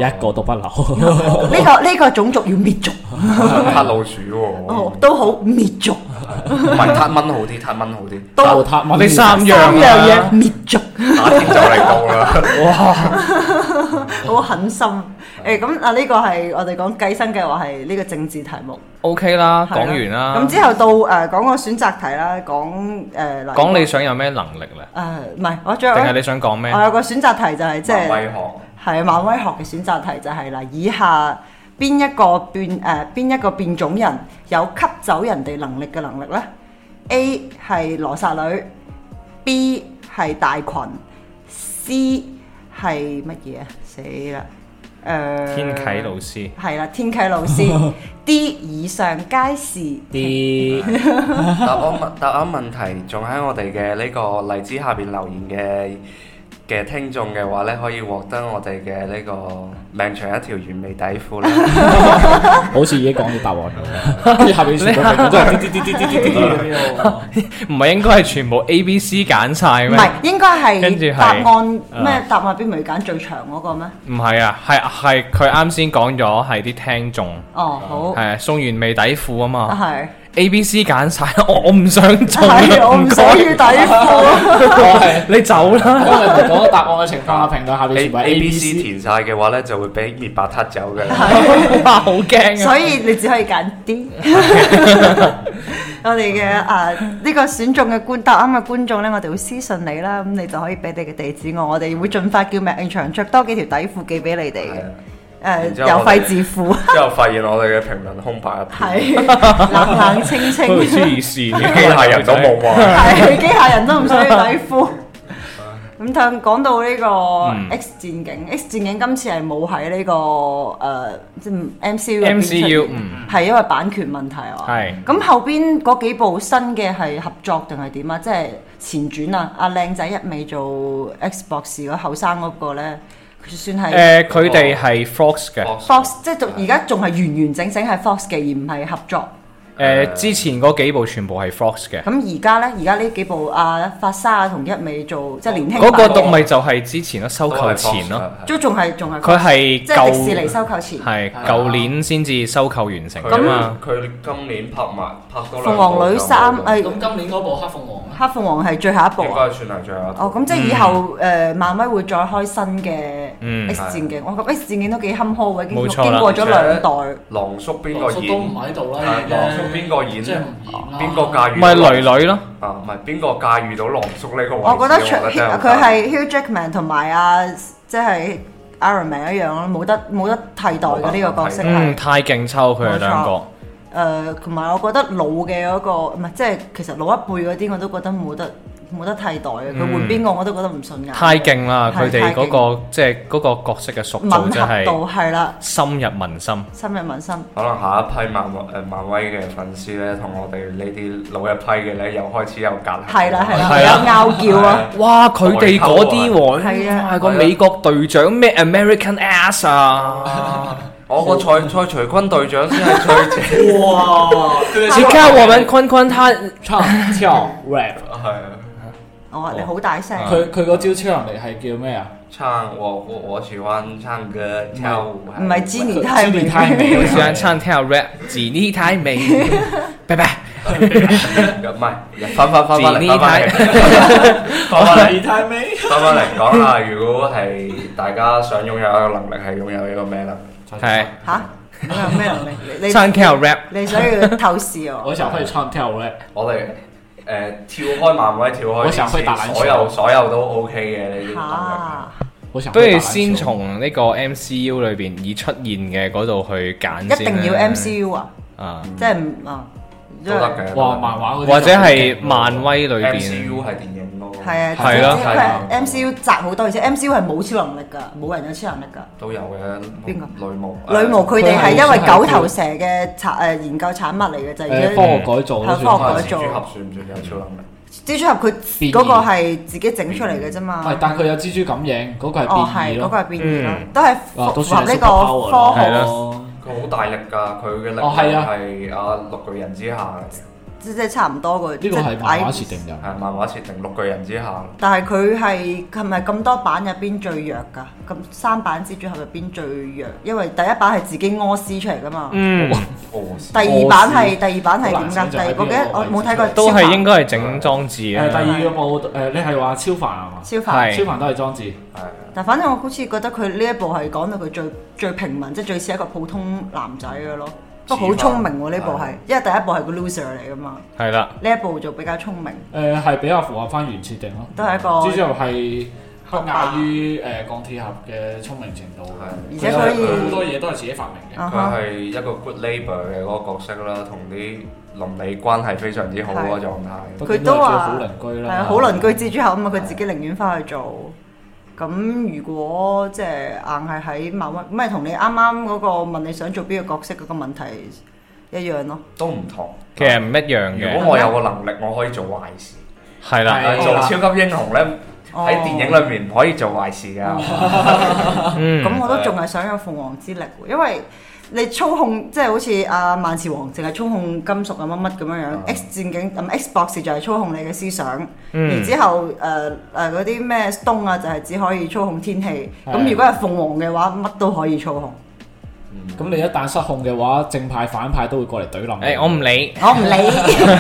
一個都不留。呢個呢個種族要滅族，撻老鼠哦喎，都好滅族，唔係撻蚊好啲，撻蚊好啲。 (laughs) 都就撻蚊你三樣三樣嘢啊，滅族， (laughs) 打鐵就嚟到啦，好狠心。誒咁啊，呢個係我哋講計生計劃係呢個政治題目。 OK 啦，係講完啦。咁之後到誒講個選擇題啦，講誒嗱講你想有咩能力咧？誒唔係我仲定有係你想講咩我？有個選擇題就係 (laughs) 即即係係。威學。係漫威學嘅選擇題就係啦，以下邊一個變誒邊一個變種人有吸走人哋能力嘅能力呢 a 係羅剎女，B 係大群，C 係乜嘢啊？死啦！誒、天啟老師，係啦，天啟老 (laughs) 師 D 以上皆是。啲答案問答案問題仲喺我哋嘅呢個荔枝下邊留言嘅嘅聽眾嘅話咧，可以獲得我哋嘅呢個命長一條原味底 (laughs) 褲啦。好似已經講咗答案咁樣，跟住下邊全部評論都係啲啲啲啲啲啲啲啲咁樣。唔係應該係全部 A、B、C 揀晒唔咩？係，應該跟住係係答案咩啊？答案邊咪揀最長嗰個咩？唔係啊，係係佢啱先講咗係啲聽眾，哦，係送完未底褲啊好，嘛係， ，A、B、C 揀晒， (laughs) 我我唔想做啊，係我唔想要該底褲。我係你走啦。因為唔講咗答案嘅情況下，評論下邊 A 全部 A A、 B B、 C C。填晒嘅話咧，就會俾滅霸撻走嘅。 (laughs) 哇，好驚啊！所以你只可以揀 D。我哋嘅啊呢個選中嘅觀答啱嘅觀眾呢，我哋會私信你啦，咁你就可以俾你嘅地址我，我哋會盡快叫命長着多幾條底褲寄俾你哋係啊嘅。誒然之後郵我哋費自付，之後發現我哋嘅評論空白一片， (laughs) 係冷冷清 (laughs) 不如清，黐線嘅機械人都 (laughs) 冇話。係機械人都唔需要底褲。咁睇講到呢嗯個 X 戰警，X 戰警今次係冇喺呢個誒即係 MCU 入邊出現 MCU 嗯係因為版權問題啊。係咁後邊嗰幾部新嘅係合作定係點啊？即係前傳啊，阿靚仔一味做 X 博士嗰後生嗰個咧，佢算係。誒，佢哋係 Fox 哦嘅。 Fox 即係仲而家仲係完完整整係 Fox 嘅，而唔係合作。誒，之前嗰幾部全部係 Fox 嘅。咁而家咧，而家呢幾部啊法沙啊同一味做即係年輕嗰個版讀嘅，咪就係之前咯，收購前咯，都仲係仲係佢係即係迪士尼舊收購前。係舊年先至收購完成佢㗎嘛。佢今年拍埋拍多兩部鳳凰女三就冇咁誒今年嗰部黑鳳凰咧，啊黑鳳凰係最後一部應啊。該算係最後一套哦，咁即係以後誒漫威會再開新嘅嗯 X 戰警，我覺得 X 戰警都幾坎坷嘅，經冇錯啦經過咗兩代。狼叔邊羅個叔都唔演？喺度啦，係已經狼叔邊個演啊即係唔演啦。邊個駕馭？咪女女咯，啊，唔係邊個駕馭到狼叔呢個位置？我覺得除真好佢係 Hugh Jackman 同埋啊，即係 Iron Man 一樣咯，冇得冇得替代嘅呢個角色係嗯，。太勁抽佢哋兩個冇錯。誒，同埋我覺得老嘅嗰個唔係，即係其實老一輩嗰啲我都覺得冇得冇得替代嘅，佢嗯換邊個我都覺得唔順眼。太勁啦！係佢哋嗰太勁個即係嗰個角色嘅塑吻造真合係度係啦，深入民心。深入民心。可能下一批漫威誒漫威嘅粉絲咧，同我哋呢啲老一批嘅咧，又開始有隔閡。係啦係係啊啦，有拗撬啊！哇！佢哋嗰啲喎，係啊係個美國隊長咩 American (laughs) Ass 啊！我個蔡蔡徐坤隊長先係最正，哇！你看我們坤坤他唱跳 (laughs) rap，係啊我話你好大聲，哦佢佢嗰招超能力係叫咩啊？唱我我我喜歡唱歌跳舞，唔係 g 尼太知明你太美我喜歡了，唱跳 rap，吉利太 (laughs) 美，拜拜。唔係翻翻翻翻嚟翻翻 (laughs) 嚟。我 (laughs) 話你太美。翻返嚟講啦，如果係大家想擁有一個能力，係擁有一個咩能力？係嚇？你話咩能力？你你唱跳 rap。你想要透視 (laughs) 我？我想會唱跳 rap，我哋誒、呃跳開漫威，跳開我想去打籃球所有所有都 OK 嘅呢啲能嚇！我想不會打如籃球先從呢個 MCU 裏邊已出現嘅嗰度去揀一先啦定要 MCU 啊！啊，即係唔啊，力都得嘅。哇漫畫嗰啲或者係漫威裏邊 MCU 係電影咯，係啊，係咯咯，佢係 MCU 窄好多，而且 MCU 係冇超能力㗎，冇人有超能力㗎。都有嘅。邊個？女巫。女巫佢哋係佢係因為九頭蛇嘅產誒研究產物嚟嘅就誒係科學改造咯，係科算係學改蜘造蛛俠算唔算有超能力？蜘蛛俠佢嗰個係自己整出嚟嘅啫嘛唔。係，但佢有蜘蛛感應，嗰個係哦，變異係嗰個咯。係變異咯嗯，都係哇符都符算合係呢 super 個 power 科學，咯。佢好大力㗎，佢嘅力哦係啊量係啊六巨人之下嚟即即係差唔多嘅。呢個係漫畫設定即㗎係嘅，。係漫畫設定六巨人之下。但係佢係係咪咁多版入邊最弱㗎？咁三版蜘蛛俠入邊最弱，因為第一版係自己屙屎出嚟㗎嘛。嗯，哦，第二版係第二版係點㗎？好難想第像二我記得我冇睇過。都超係凡應該係整裝置誒，啊。第二個冇誒，你係話超凡啊係嘛？超凡。係超凡都係裝置。係啊但反正我好似覺得佢呢一部係講到佢最最平民，即係最似一個普通男仔嘅咯。不過好聰明喎呢部係，因為第一部係個 loser 嚟噶嘛，係啦，呢一部就比較聰明，誒係比較符合翻原設定咯。都係一個，蜘蛛俠係不亞於誒鋼鐵俠嘅聰明程度係嘅，而且可以佢有好多嘢都係自己發明嘅。啊佢哈，係一個 good labour 嘅嗰個角色啦，同啲鄰里關係非常之好嗰個狀態。佢都話畢竟係最好鄰居係啦，啊，好鄰居蜘蛛俠咁啊，佢自己寧願翻去做。咁如果即係硬係喺漫威，咁係同你啱啱嗰個問你想做邊個角色嗰個問題一樣咯。都唔同。其實唔一樣如嘅，果我有個能力，我可以做壞事。係啦，係做超級英雄咧，哦喺電影裏面唔可以做壞事㗎。嗯，咁我都仲係想有鳳凰之力喎，因為你操控即係好似阿萬磁王淨係操控金屬啊乜乜咁樣樣嗯，X 戰警咁 X 博士就係操控你嘅思想，嗯然之後誒誒嗰啲咩 Stone 啊就係只可以操控天氣，係咁如果係鳳凰嘅話，乜都可以操控。咁你一旦失控嘅話，正派反派都會過嚟懟冧你。誒，我唔理，我唔理，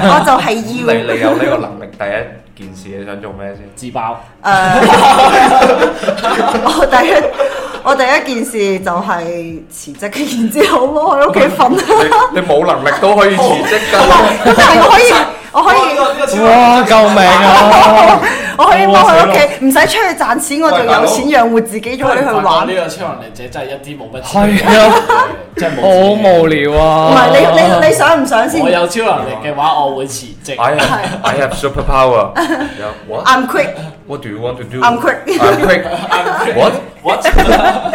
我就係你要誒你有呢個能力，第一件事你想做咩先？自爆，，呃我第一我第一件事就係辭職，然之後窩喺屋企 (laughs) 瞓，你你冇能力都可以 (laughs) 辭職㗎。但係我可以我可以。 (laughs) 哇，救命啊！我可以踎喺屋企，唔使出去賺錢，我仲有錢養活自己，仲可以去玩。呢個超能力者真係一啲冇乜係啊，真係好無聊唔啊！係你你你想唔想先我有超能力嘅話，我會辭職。啊 I have I have (laughs) superpower. Yeah, what? ？I'm quick， What do you want to do? I'm quick. I'm (laughs) quick. What? What？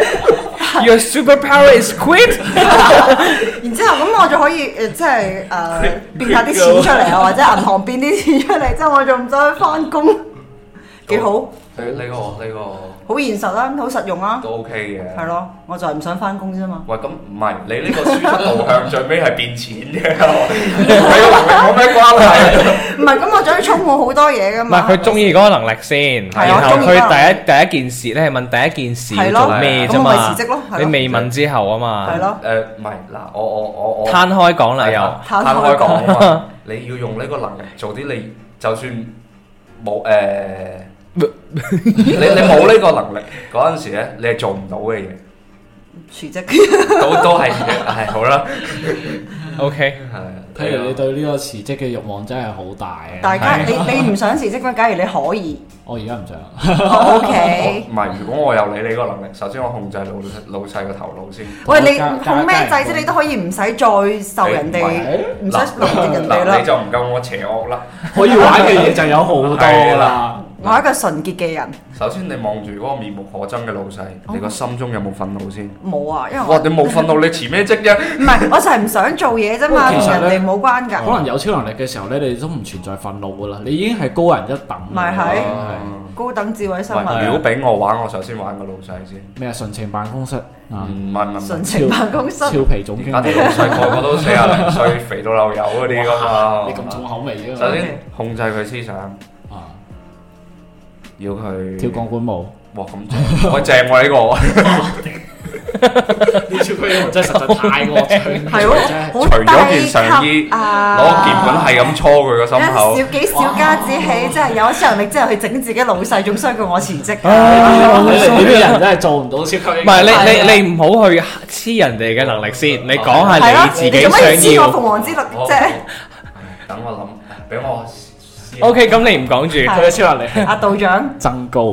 Your superpower is quit。然之後咁我就可以誒，即係誒變下啲錢出嚟啊，或者銀行變啲錢出嚟，之後我仲唔使翻工，幾好，呢呢個呢個好現實啦，好實用啦，都 OK 嘅。係咯，我就係唔想翻工啫嘛。喂，咁唔係你呢個輸出導向最尾係變錢 (laughs) 嘅，你個能力冇咩關係。唔係，咁我仲要充我好多嘢噶唔嘛。係佢中意嗰個能力先，係啊然後中意佢嗰個能力第一第一件事咧係問第一件事係咯做咩啫咁我咪嘛辭職咯係，咯你未問之後啊嘛，係咯，誒唔係嗱，我我我我攤開講啦啊又，攤開開講啊講啊 (laughs) 嘛，你要用呢個能力做啲你就算冇誒， (laughs) 你你冇呢個能力嗰陣時咧，你係做唔到嘅嘢，辭職。 (laughs) 都都係係好啦， OK，係啊。睇嚟你對呢個辭職嘅慾望真係好大啊！大家你你唔想辭職咩？假如你可 (laughs) 以我而家唔想，哦，OK。我唔係，如果我有你呢個能力，首先我控制老老細個頭腦先。喂，你加控咩制加啫？你都可以唔使再受人哋，你唔使勞役人哋嗱，你啦。就唔夠我邪惡啦。 (laughs) 可以玩嘅嘢就有好多係啦啦。我係一個純潔嘅人，首先你望住嗰個面目可憎嘅老細，你個心中有冇憤怒先？冇啊，哦因為哇！我你冇憤怒，你辭咩職啫？唔係，我就係唔想做嘢啫嘛，不過其同實人咧哋冇關可㗎。能有超能力嘅時候咧，你都唔存在憤怒噶啦，你已經係高人一等㗎啦。咪係啊係 (laughs) 高等智慧生哦喂，物，如果俾我玩，我首先玩個老細先。咩啊？純情辦公室啊，唔係唔係唔純係，情辦公室俏。皮總經而家理啲。老細個個都四廿零歲，肥到漏油嗰啲噶嘛。你咁重口味啊嘅首嘛先控制佢思想，啊！要佢跳鋼管舞，哇咁正，我正喎呢個，呢超規真係實在太惡趣係喎，好除咗件低上衣級啊！攞鍵盤係咁搓佢個心口 (laughs) 一。小幾小家子氣，真係有咗超能力之後去整自己老細，仲衰過我辭職。 (laughs) (laughs) 你呢啲人真係做唔到超級英雄。唔係啊你你你唔好去黐人哋嘅能力先，你講係啊下咯你自己做乜要想知我要哦鳳。凰之力我啫？等我諗，俾我試 OK，咁你唔講住，佢嘅超能力係 (laughs) 阿 (laughs) 道長，增高。誒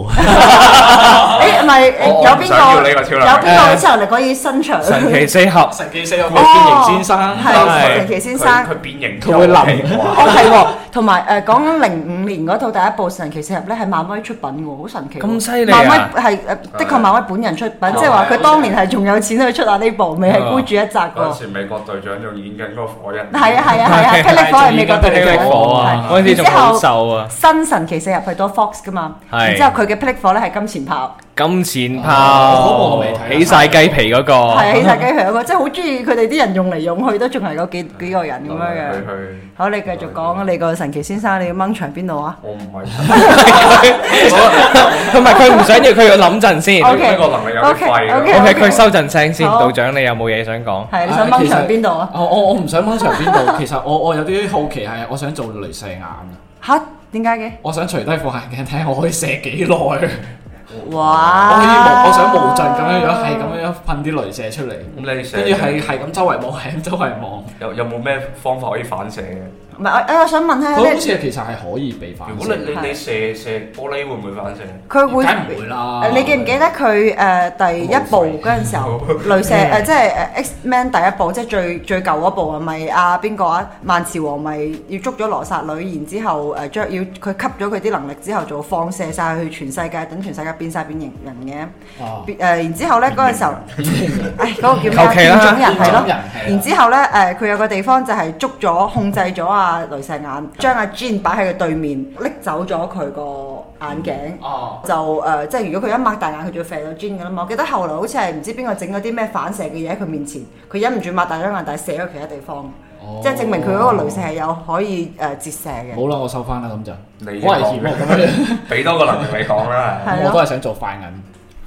唔係誒我有我唔邊想要個呢個超能力有邊個超能力可以伸長？神奇四合，神奇四有哦邊形先生，係神奇先佢生。佢變形，佢會冧 (laughs) 哦，係喎，同埋誒講緊零五年嗰套第一部《神奇四俠》咧，係漫威出品喎，好神奇喎。咁犀利啊漫威係誒，的確漫威本人出品，即係話佢當年係仲有錢去出下呢部，未哦係孤注一擲 (laughs) 嗰陣喎。時美國隊長仲演緊嗰個火人，係啊係啊 (laughs) 係啊，霹靂火係美國霹隊靂長。火啊，係嗰陣時仲好然之後瘦啊，新神奇四入去多 Fox 噶嘛，係然之後佢嘅霹靂火咧係金錢豹，金錢哦我豹未睇啊起晒雞皮嗰哦個， (laughs) 係啊起晒雞皮嗰個，即係好中意佢哋啲人用嚟用去都仲係嗰幾幾個人咁哦佢樣嘅。去，好，你繼續講你個神奇先生，你要掹長邊度啊？我唔係 (laughs) 唔係佢唔想要，佢要諗陣先。 OK 呢個能力有啲 OK 廢 OK 㗎 OK，佢收陣聲先。好道長，你有冇嘢想講？係你想掹長邊度啊？我我我唔想掹長邊度， (laughs) 其實我我有啲好奇係，我想做雷射眼啊！ (laughs) 吓？點解嘅？我想除低副眼鏡睇下我可以射幾耐，我可以哇！無我想無盡咁樣樣，係咁樣樣噴啲雷射出嚟，咁你射跟住係係咁周圍望，係咁 (laughs) 周圍望。有有冇咩方法可以反射嘅？唔係，我我想問下佢好咧，似其實係可以被反如射果，你你你射射玻璃會唔會反射？佢梗會係唔會啦誒。你記唔記得佢誒第一部嗰陣時候，雷射呃誒即係誒 X Man 第一部，即係最最舊嗰部啊，咪啊邊個啊？萬磁王咪要捉咗羅剎女，然之後誒將要佢吸咗佢啲能力之後，就放射晒去全世界，等全世界變晒變形人嘅。啊？變誒然之後咧嗰陣時候，嗯 (laughs) 誒嗰個叫咩求啊？其啦變種人變係種人係咯啦。然之後咧誒佢有個地方就係捉咗控制咗阿雷射眼，將阿 Jean 擺喺佢對面，拎走咗佢個眼鏡。哦，就誒、呃即係如果佢一擘大眼，佢就要射到 Jin 噶啦嘛。我記得後來好似係唔知邊個整咗啲咩反射嘅嘢喺佢面前，佢忍唔住擘大咗眼，但係射咗其他地方，即係證明佢嗰個雷射係有可以誒、呃折射嘅。冇啦，我收翻啦咁就，好你危險喎咁樣。 (laughs) 俾多個能力你講啦。係咯我都係想做快銀，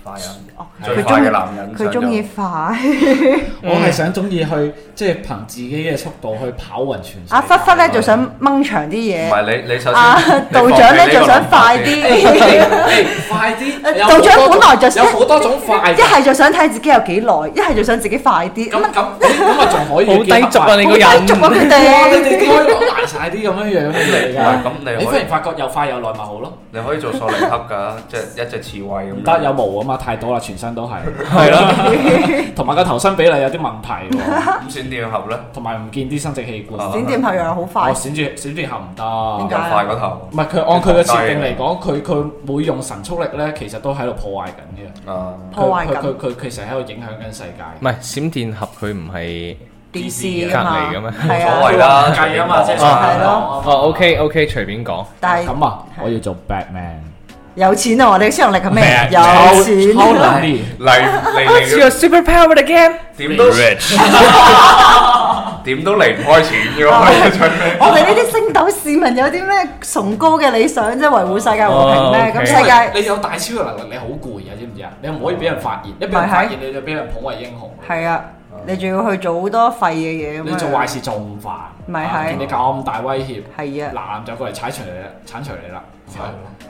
快啊！哦最佢快中嘅男人佢中意上快。嗯我係想中意去即係憑自己嘅速度去跑勻全世界 (laughs) 阿忽忽咧就想掹長啲嘢咗唔。係你你首先啊，你道放長棄咧個就 (laughs) 想諗法快先啲，快啲！有道長好多本來就 (laughs) 種有好多種快一嘅，係就想睇自己有幾耐，一係就想自己快啲。咁咁咁啊，仲可以好低俗啊！你個好低俗啊！人，(laughs) 佢哇！你哋哋開講埋晒啲咁樣樣 (laughs) 嚟唔係㗎。咁你你忽可以然發覺又快又耐咪好咯？你可以做索尼克㗎， (laughs) 即係一隻刺猬咁唔樣。得有毛啊嘛，太多啦，全身都係，係咯， (laughs) 同埋個頭身比例有啲問題喎，五閃電俠咧，同埋唔見啲生殖器啊官。 (laughs) 哦閃電後又好我快，閃住閃住行唔點得解。又快嗰頭唔係佢按佢嘅設定嚟講，佢佢每用神速力咧，其實都喺度破壞緊嘅。啊！佢嗯破壞佢緊佢佢其實喺度影響緊世界。唔係閃電俠佢唔係電視隔㗎嘛離嘅，咩？係冇所謂啊，啦計啊嘛，即係係咯哦，OK OK，隨便講，但係咁啊，我要做 Batman。有錢啊！我哋超能力係咩？咩有錢超啊，能力，嚟嚟嚟， super power again。點都點都離唔開錢嘅喎，最尾我哋呢啲星斗市民有啲咩崇高嘅理想啫？維護世界和平咩？哦咁，OK 世界你有大超嘅能力，你好攰啊，知唔知啊？你唔可以俾人發現，一俾人發現你就俾人捧為英雄。係啊，你仲要去做好多廢嘅嘢你咁做樣壞。事仲煩，咪係啊見你咁大威脅，係啊，嗱就過嚟剷除你啦，剷除你啦。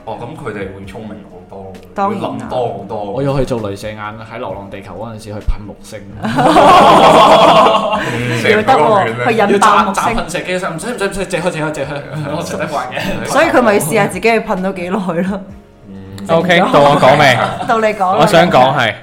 哦，咁佢哋會聰明好多，當會然啦諗多好多。我要去做雷射眼喺《流浪地球》嗰陣時去噴木星，嗯啊要成個得圈喎，去咧，啊要引爆炸木炸星，噴射機，唔使唔使唔使，借開借開借開，我食得慣嘅。所以佢咪試下自己去噴到幾 (laughs) 耐咯。 OK，到我講未？到你講啦，我想講係，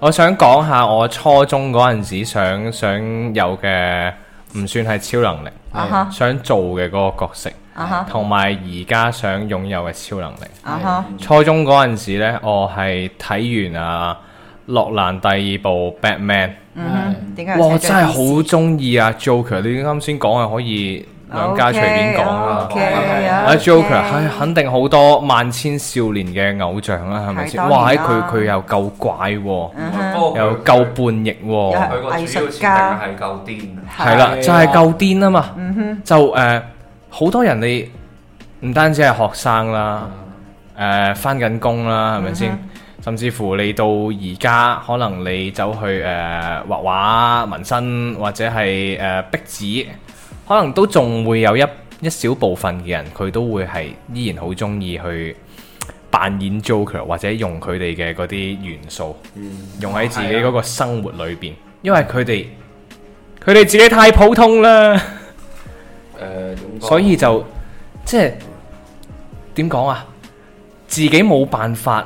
我想講下我初中嗰陣時想想有嘅，唔算係超能力，啊哈想做嘅嗰個角色，啊哈同埋而家想擁有嘅超能力。啊哈初中嗰陣時呢，我係睇完啊洛蘭第二部 Batman，嗯哼，點解哇！有我寫真咗係 DC 好中意啊 Joker，你啱先講啊係可以兩家隨便講啦。 OK，OK，啊 Joker 係 OK 肯定好多萬千少年嘅偶像啦，係咪係先？當哇！喺然佢啦佢又夠怪喎，嗯哼不過佢又夠叛逆又喎，係佢個主要藝術設定家係夠癲啊。係啦，係就係夠癲啊嘛！嗯就誒，好多人你唔單止係學生啦，誒翻緊工啦，係咪嗯先？甚至乎你到而家，可能你走去誒呃畫畫、紋身或者係誒壁紙，可能都仲會有一一小部分嘅人，佢都會係依然好中意去扮演 Joker 或者用佢哋嘅嗰啲元素，用喺自己嗰個生活裏邊，因為佢哋佢哋自己太普通啦。哦誒點講所以就即係點講啊？自己冇辦法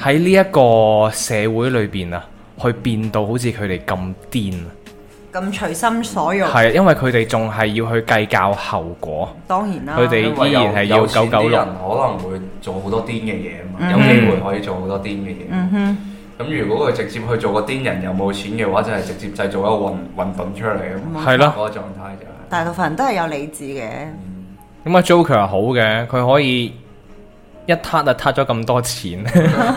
喺呢一個社會裏邊啊，去變到好似佢哋咁癲啊。咁隨心所欲，係因為佢哋仲係要去計較後果，當然啦。佢哋因為依有然係要有九錢九啲六人。可能會做好多癲嘅嘢啊嘛，有機會可以做好多癲嘅嘢。嗯咁如果佢直接去做個癲人又冇錢嘅話，就係直接製造一個混混沌出嚟啊嘛。係咯嗰個狀態就係。大部分人都係有理智嘅，咁啊，Joker 係好嘅，佢可以一撻就撻咗咁多錢，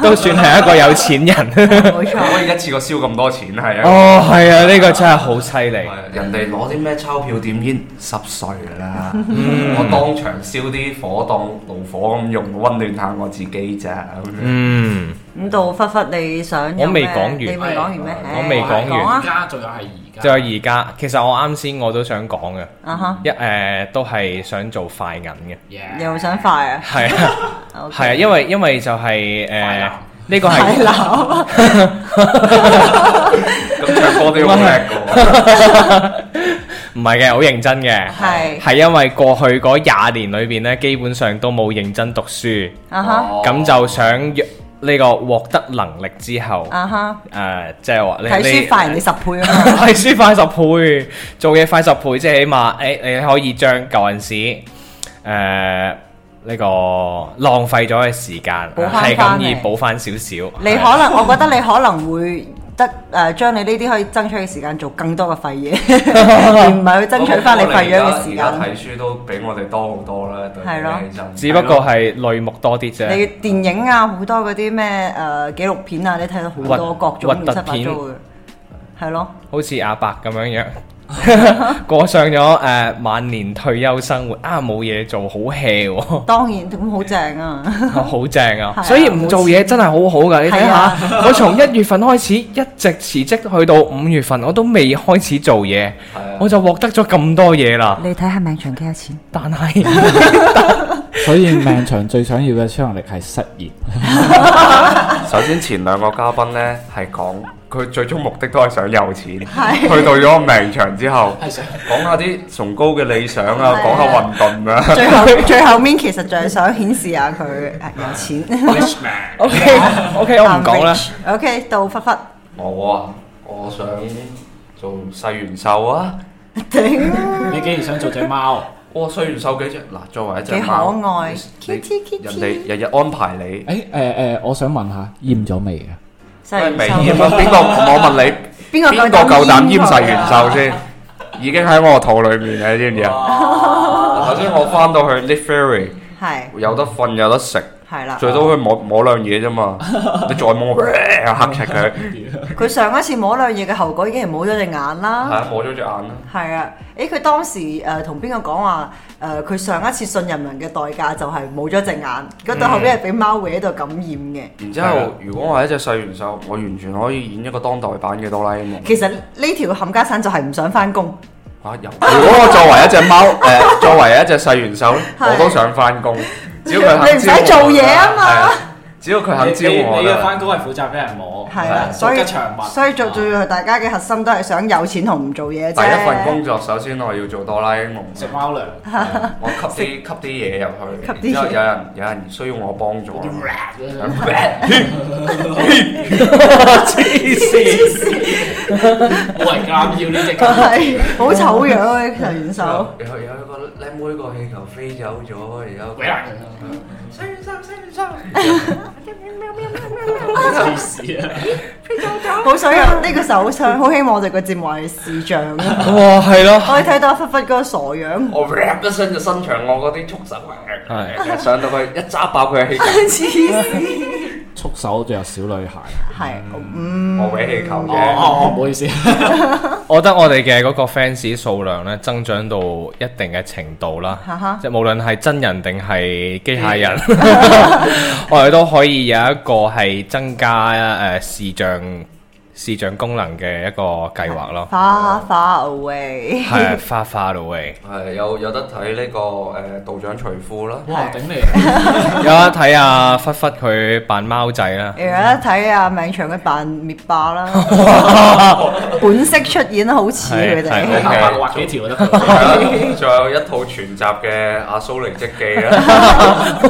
都算係一個有錢 (laughs) 人。冇錯。可以一次過燒咁多錢係啊！哦，係啊，呢個真係好犀利。人哋攞啲咩鈔票點煙濕碎㗎啦，我當場燒啲火當爐火咁用，温暖下我自己咋咁樣。嗯，咁到忽忽你想有我未咩講完你未講完咩？我未唉講完講而啊家仲有係就而家，係而家，其實我啱先我都想講嘅。啊哈！一誒、呃都係想做快銀嘅，又想快啊！係啊 à? OK 係啊，因為因為就係誒呢個 (laughs) 快係 (laughs) 鬧，咁啊唱歌都好叻㗎喎，唔係嘅，好認真嘅，係係因為過去嗰廿年裏邊咧，基本上都冇認真讀書，啊哈咁、就想呢個獲得能力之後，啊哈！誒即係話你睇書快人哋十倍啊嘛！ (laughs) 睇書快十倍，做嘢快十倍，即係起碼誒、你可以將舊陣時誒呢個浪費咗嘅時間，補返係咁返易嚟補翻少少。你可能，我覺得你可能會得誒，將你呢啲可以爭取嘅時間做更多嘅廢嘢，而唔係去爭取翻你廢咗嘅時而家間。睇書都比我哋多好多啦，對係咯比起身只不過係類目多啲啫。你電影啊，好多嗰啲咩誒紀錄片啊，你睇到好核多各種亂七八糟核突嘅，係咯。好似阿伯咁樣樣， (laughs) 過上咗誒、呃晚年退休生活啊，冇嘢做，好 hea 喎。 (laughs) 當然咁好正啊！好正啊！係啊所以唔做嘢真係好好噶，你睇係下啊，我從一月份開始一直辭職，去到五月份我都未開始做嘢，啊我就獲得咗咁多嘢啦。你睇下命長幾多錢？但係 (laughs) 所以命長最想要嘅超能力係失業。首先前兩個嘉賓呢係講佢最終目的都係想有錢，去到咗名場之 (laughs) 後，係想講下啲崇高嘅理想啊，係啊講下運動啊。 (laughs) 最 (laughs) 後最後面其實就係想顯示下佢誒有錢。 rich man， OK OK，我唔 (laughs) 講啦。 O K，到忽忽 (laughs) 我啊，我想做細元獸啊！頂你竟然想做只貓？哇，細元獸幾隻嗱，作為一隻幾可貓，愛你 Kitty，你 kitty 人哋日日安排你，誒誒誒，我想問下，厭咗未啊？細喂，未元厭獸啊？邊個？我問你。邊個邊個夠膽閹細元獸獸先？已經喺我肚裏面啦，你知唔知啊？頭先我翻到去 l i f t Ferry，係有得瞓有得食，係啦。最多去啊摸摸兩嘢啫 (laughs) 嘛。你再摸，呃黑赤佢，佢上一次摸兩嘢嘅後果已經係冇咗隻眼係啦。啊，摸咗隻眼啦。係啊，誒佢當時誒同邊個講話誒佢上一次信任人嘅代價就係冇咗隻眼，嗰到後邊係俾貓搲到感染嘅。然之啊後，如果我係一隻細元獸，我完全可以演一個當代版嘅哆啦 A 夢。其實呢條冚家產就係唔想翻工，啊有！如果我作為一 (laughs) 隻貓，誒，作為一隻細元獸咧，係我都想翻 (laughs) 工，只要佢肯你唔使招我做嘢啊嘛係只要佢 (laughs) 肯招你我你嘅啦。翻工係負責俾人摸，係啊，所做以吉祥物。所以做最後大家嘅核心都係想有錢同唔做嘢第啫。一份工作，首先我要做哆啦 A 夢。食貓糧， (laughs) 我吸啲吸啲嘢入去，然吸啲嘢之後有人有人需要我幫助，黐線，冇人敢要呢只 (laughs) 狗。係好醜樣啊！陳元秀，有有一個靚妹個氣球飛走咗，而家鬼難黐線啊！好想有呢個時候好想好希望我哋個節目係視像啊！哇，係咯，可以睇到忽忽嗰個傻樣，我 rap 一聲就伸長我嗰啲觸手，係上到去一揸爆佢嘅氣球，黐線，束手仲有小女孩，係嗯我搲氣球哦哦，啫。唔好意思，我覺得我哋嘅嗰個 fans 數量咧增長到一定嘅程度啦哈哈，即係無論係真人定係機械人，嗯 (laughs) 我哋都可以有一個係增加誒視像視像功能嘅一個計劃咯。 far far away，係啊 far far away。 (laughs) 係有有得睇呢個誒道長除褲 (laughs) 啦，哇頂你！有得睇阿忽忽佢扮貓仔啦，而家睇阿命長佢扮滅霸啦，本色出演好似係佢哋，頭髮畫幾條就得㗎 (laughs) 啦。仲有一套全集嘅阿蘇靈積記 (laughs) 啦，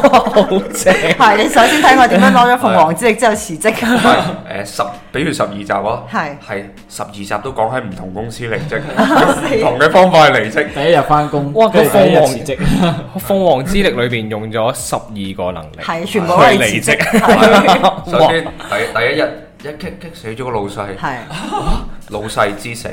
好正。係你首先睇我點樣攞咗鳳凰之力之後辭職，誒十，比如十二集啊，係係十二集都講喺唔同公司離 (laughs) 職，用唔同嘅方法去離職。第一日翻工，哇跟住個第一日鳳凰辭職。鳳凰之力裏邊用咗十二個能力，係全部都係辭職， (laughs) 係首哇先第第一日一擊擊死咗個老細，係老細之死，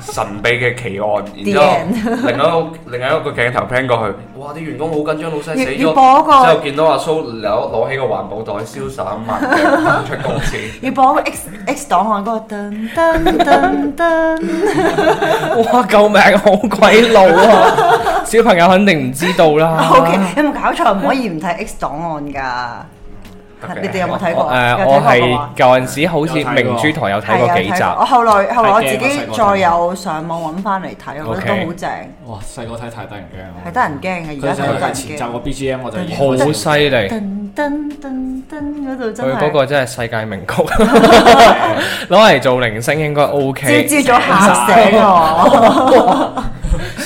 神秘嘅奇 (laughs) 案，然 The 之後另一個另一個鏡頭 pan 過去，哇！啲員工好緊張，老細死咗，要要播嗰個之後見到阿蘇攞攞起個環保袋，瀟灑咁慢嘅出公 (laughs) 司。要播 X X 檔案嗰個噔噔噔噔，哇！救命， (laughs) 好鬼老啊！小朋友肯定唔知道啦。 O K，有冇搞錯？唔可以唔睇 X 檔案㗎。 Okay 你哋有冇睇我過？誒，有我睇過嘅話係舊陣時好似有睇明珠過台有睇係過啊幾集，過我後來後來我自係己嘅我細個再有上網揾翻嚟睇，我覺 OK 得都好正，哇！細個睇太得人驚，啊係得人驚嘅，而佢家細個睇睇到得人前驚奏。個 BGM 我就已經好開犀始利。噔噔噔噔嗰度真佢嗰係，個真係世界名曲，攞嚟做鈴聲應該 O 朝 K。朝早嚇醒我，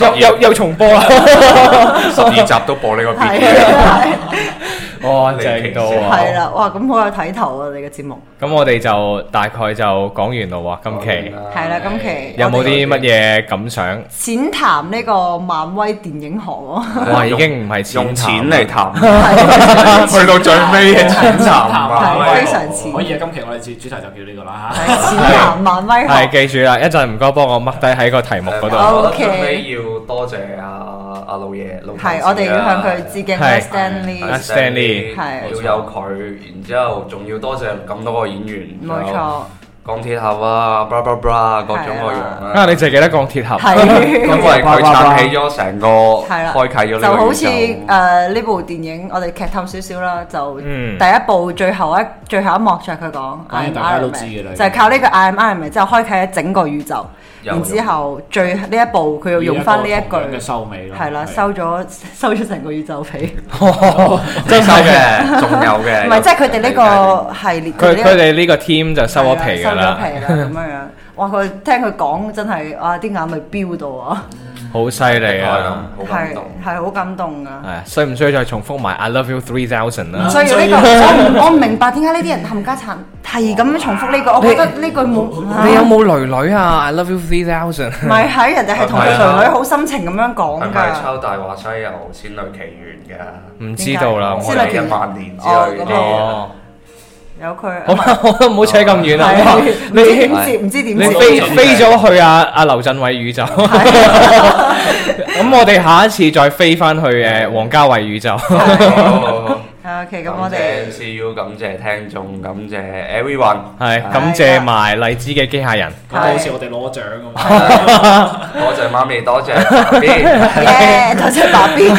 又又又重播啦！十二集都播呢個係 B，哇，離正奇到先啊！係啦，哇咁好有睇頭啊！你嘅節目咁我哋就大概就講完咯喎，今 Ờ, 期係啦，今期有冇我哋啲乜嘢感想？淺談呢個漫威電影行喎？Ờ, 哇，已經唔係用錢錢 (laughs) 嚟談， (laughs) 係去到最尾 (laughs) 嘅淺談係啊非常似可以啊！今期我哋主主題就叫呢個啦嚇。淺談漫威係學，記住啦，一陣唔該幫我 mark 低喺個題目 Ờ, 嗰度。好我覺 OK 得最尾要多謝阿阿老爺老頭係子啊我哋要向啦佢致敬係 Stanley，係 Stanley，係要有佢，然之後仲要多謝咁多個演員，冇錯。鋼鐵俠啊，blah blah blah 各種各樣啊，啊。你淨係記得鋼鐵俠，(laughs) 因係為佢撐起咗成個 (laughs) 係啦，開啟咗就呢個好宇似宙。誒呢部電影，我哋劇透少少啦，就嗯第一部最後一最後一幕就係佢講反 I 正 am 大家都 Iron 知嘅啦 Man，就係靠呢個 I am Iron Man 之後開啟咗整個宇宙，有然之後最呢一步佢要用翻呢一同樣嘅句。收尾咯，係啦，收咗 (laughs) 收咗成個宇宙皮，真係嘅，仲有嘅。唔係即係佢哋呢個系 (laughs) 列，佢呢佢個哋呢個 team 就收咗皮係㗎啦，收啦，咗皮啦咁樣樣。哇！佢聽佢講真係，哇！啲眼咪飆到啊，好犀利係啊！咁，好感係動。係好感動噶。係啊需唔需要再重複埋 I love you three thousand 啊啦？(laughs) 所以呢個我唔我唔明白點解呢啲人冚家鏟係咁重複呢個，我覺得呢句冇啊你有冇女女啊？I love you three thousand。唔係喺人哋係同個女女好深情咁樣講係咪㗎？抄《大話西遊》《仙女奇緣》㗎？唔知道啦，我點解我仙女哋奇緣一萬年之哦類咁嘅嘢。樣哦，有佢好啦，我都唔好扯咁遠啦。 (laughs) 哇係唔你知點接，唔知點你接。飛飛咗去啊阿劉鎮偉宇宙，咁 (laughs) 我哋下一次再飛翻去誒王家衞宇宙。好 OK，咁我感哋謝 MCU，感謝聽眾，感謝 everyone。係，係感謝埋荔枝嘅機械人。咁就好似我哋攞獎咁啊！多謝媽咪，多謝爸 B。 (laughs) 耶，多謝爸 B，多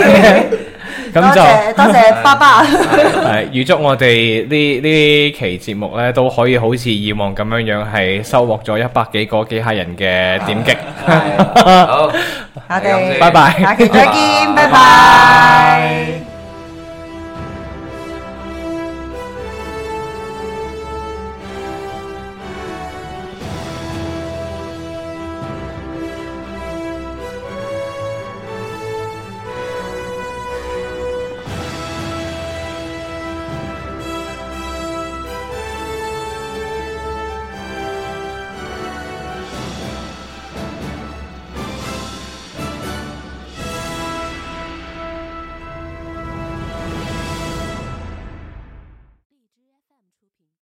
咁就謝多謝爸爸，係預祝我哋呢呢期節目咧都可以好似以往咁樣樣係收穫咗一百幾個機械人嘅點擊。係啊好，我係咁先哋拜拜下期再見，拜拜。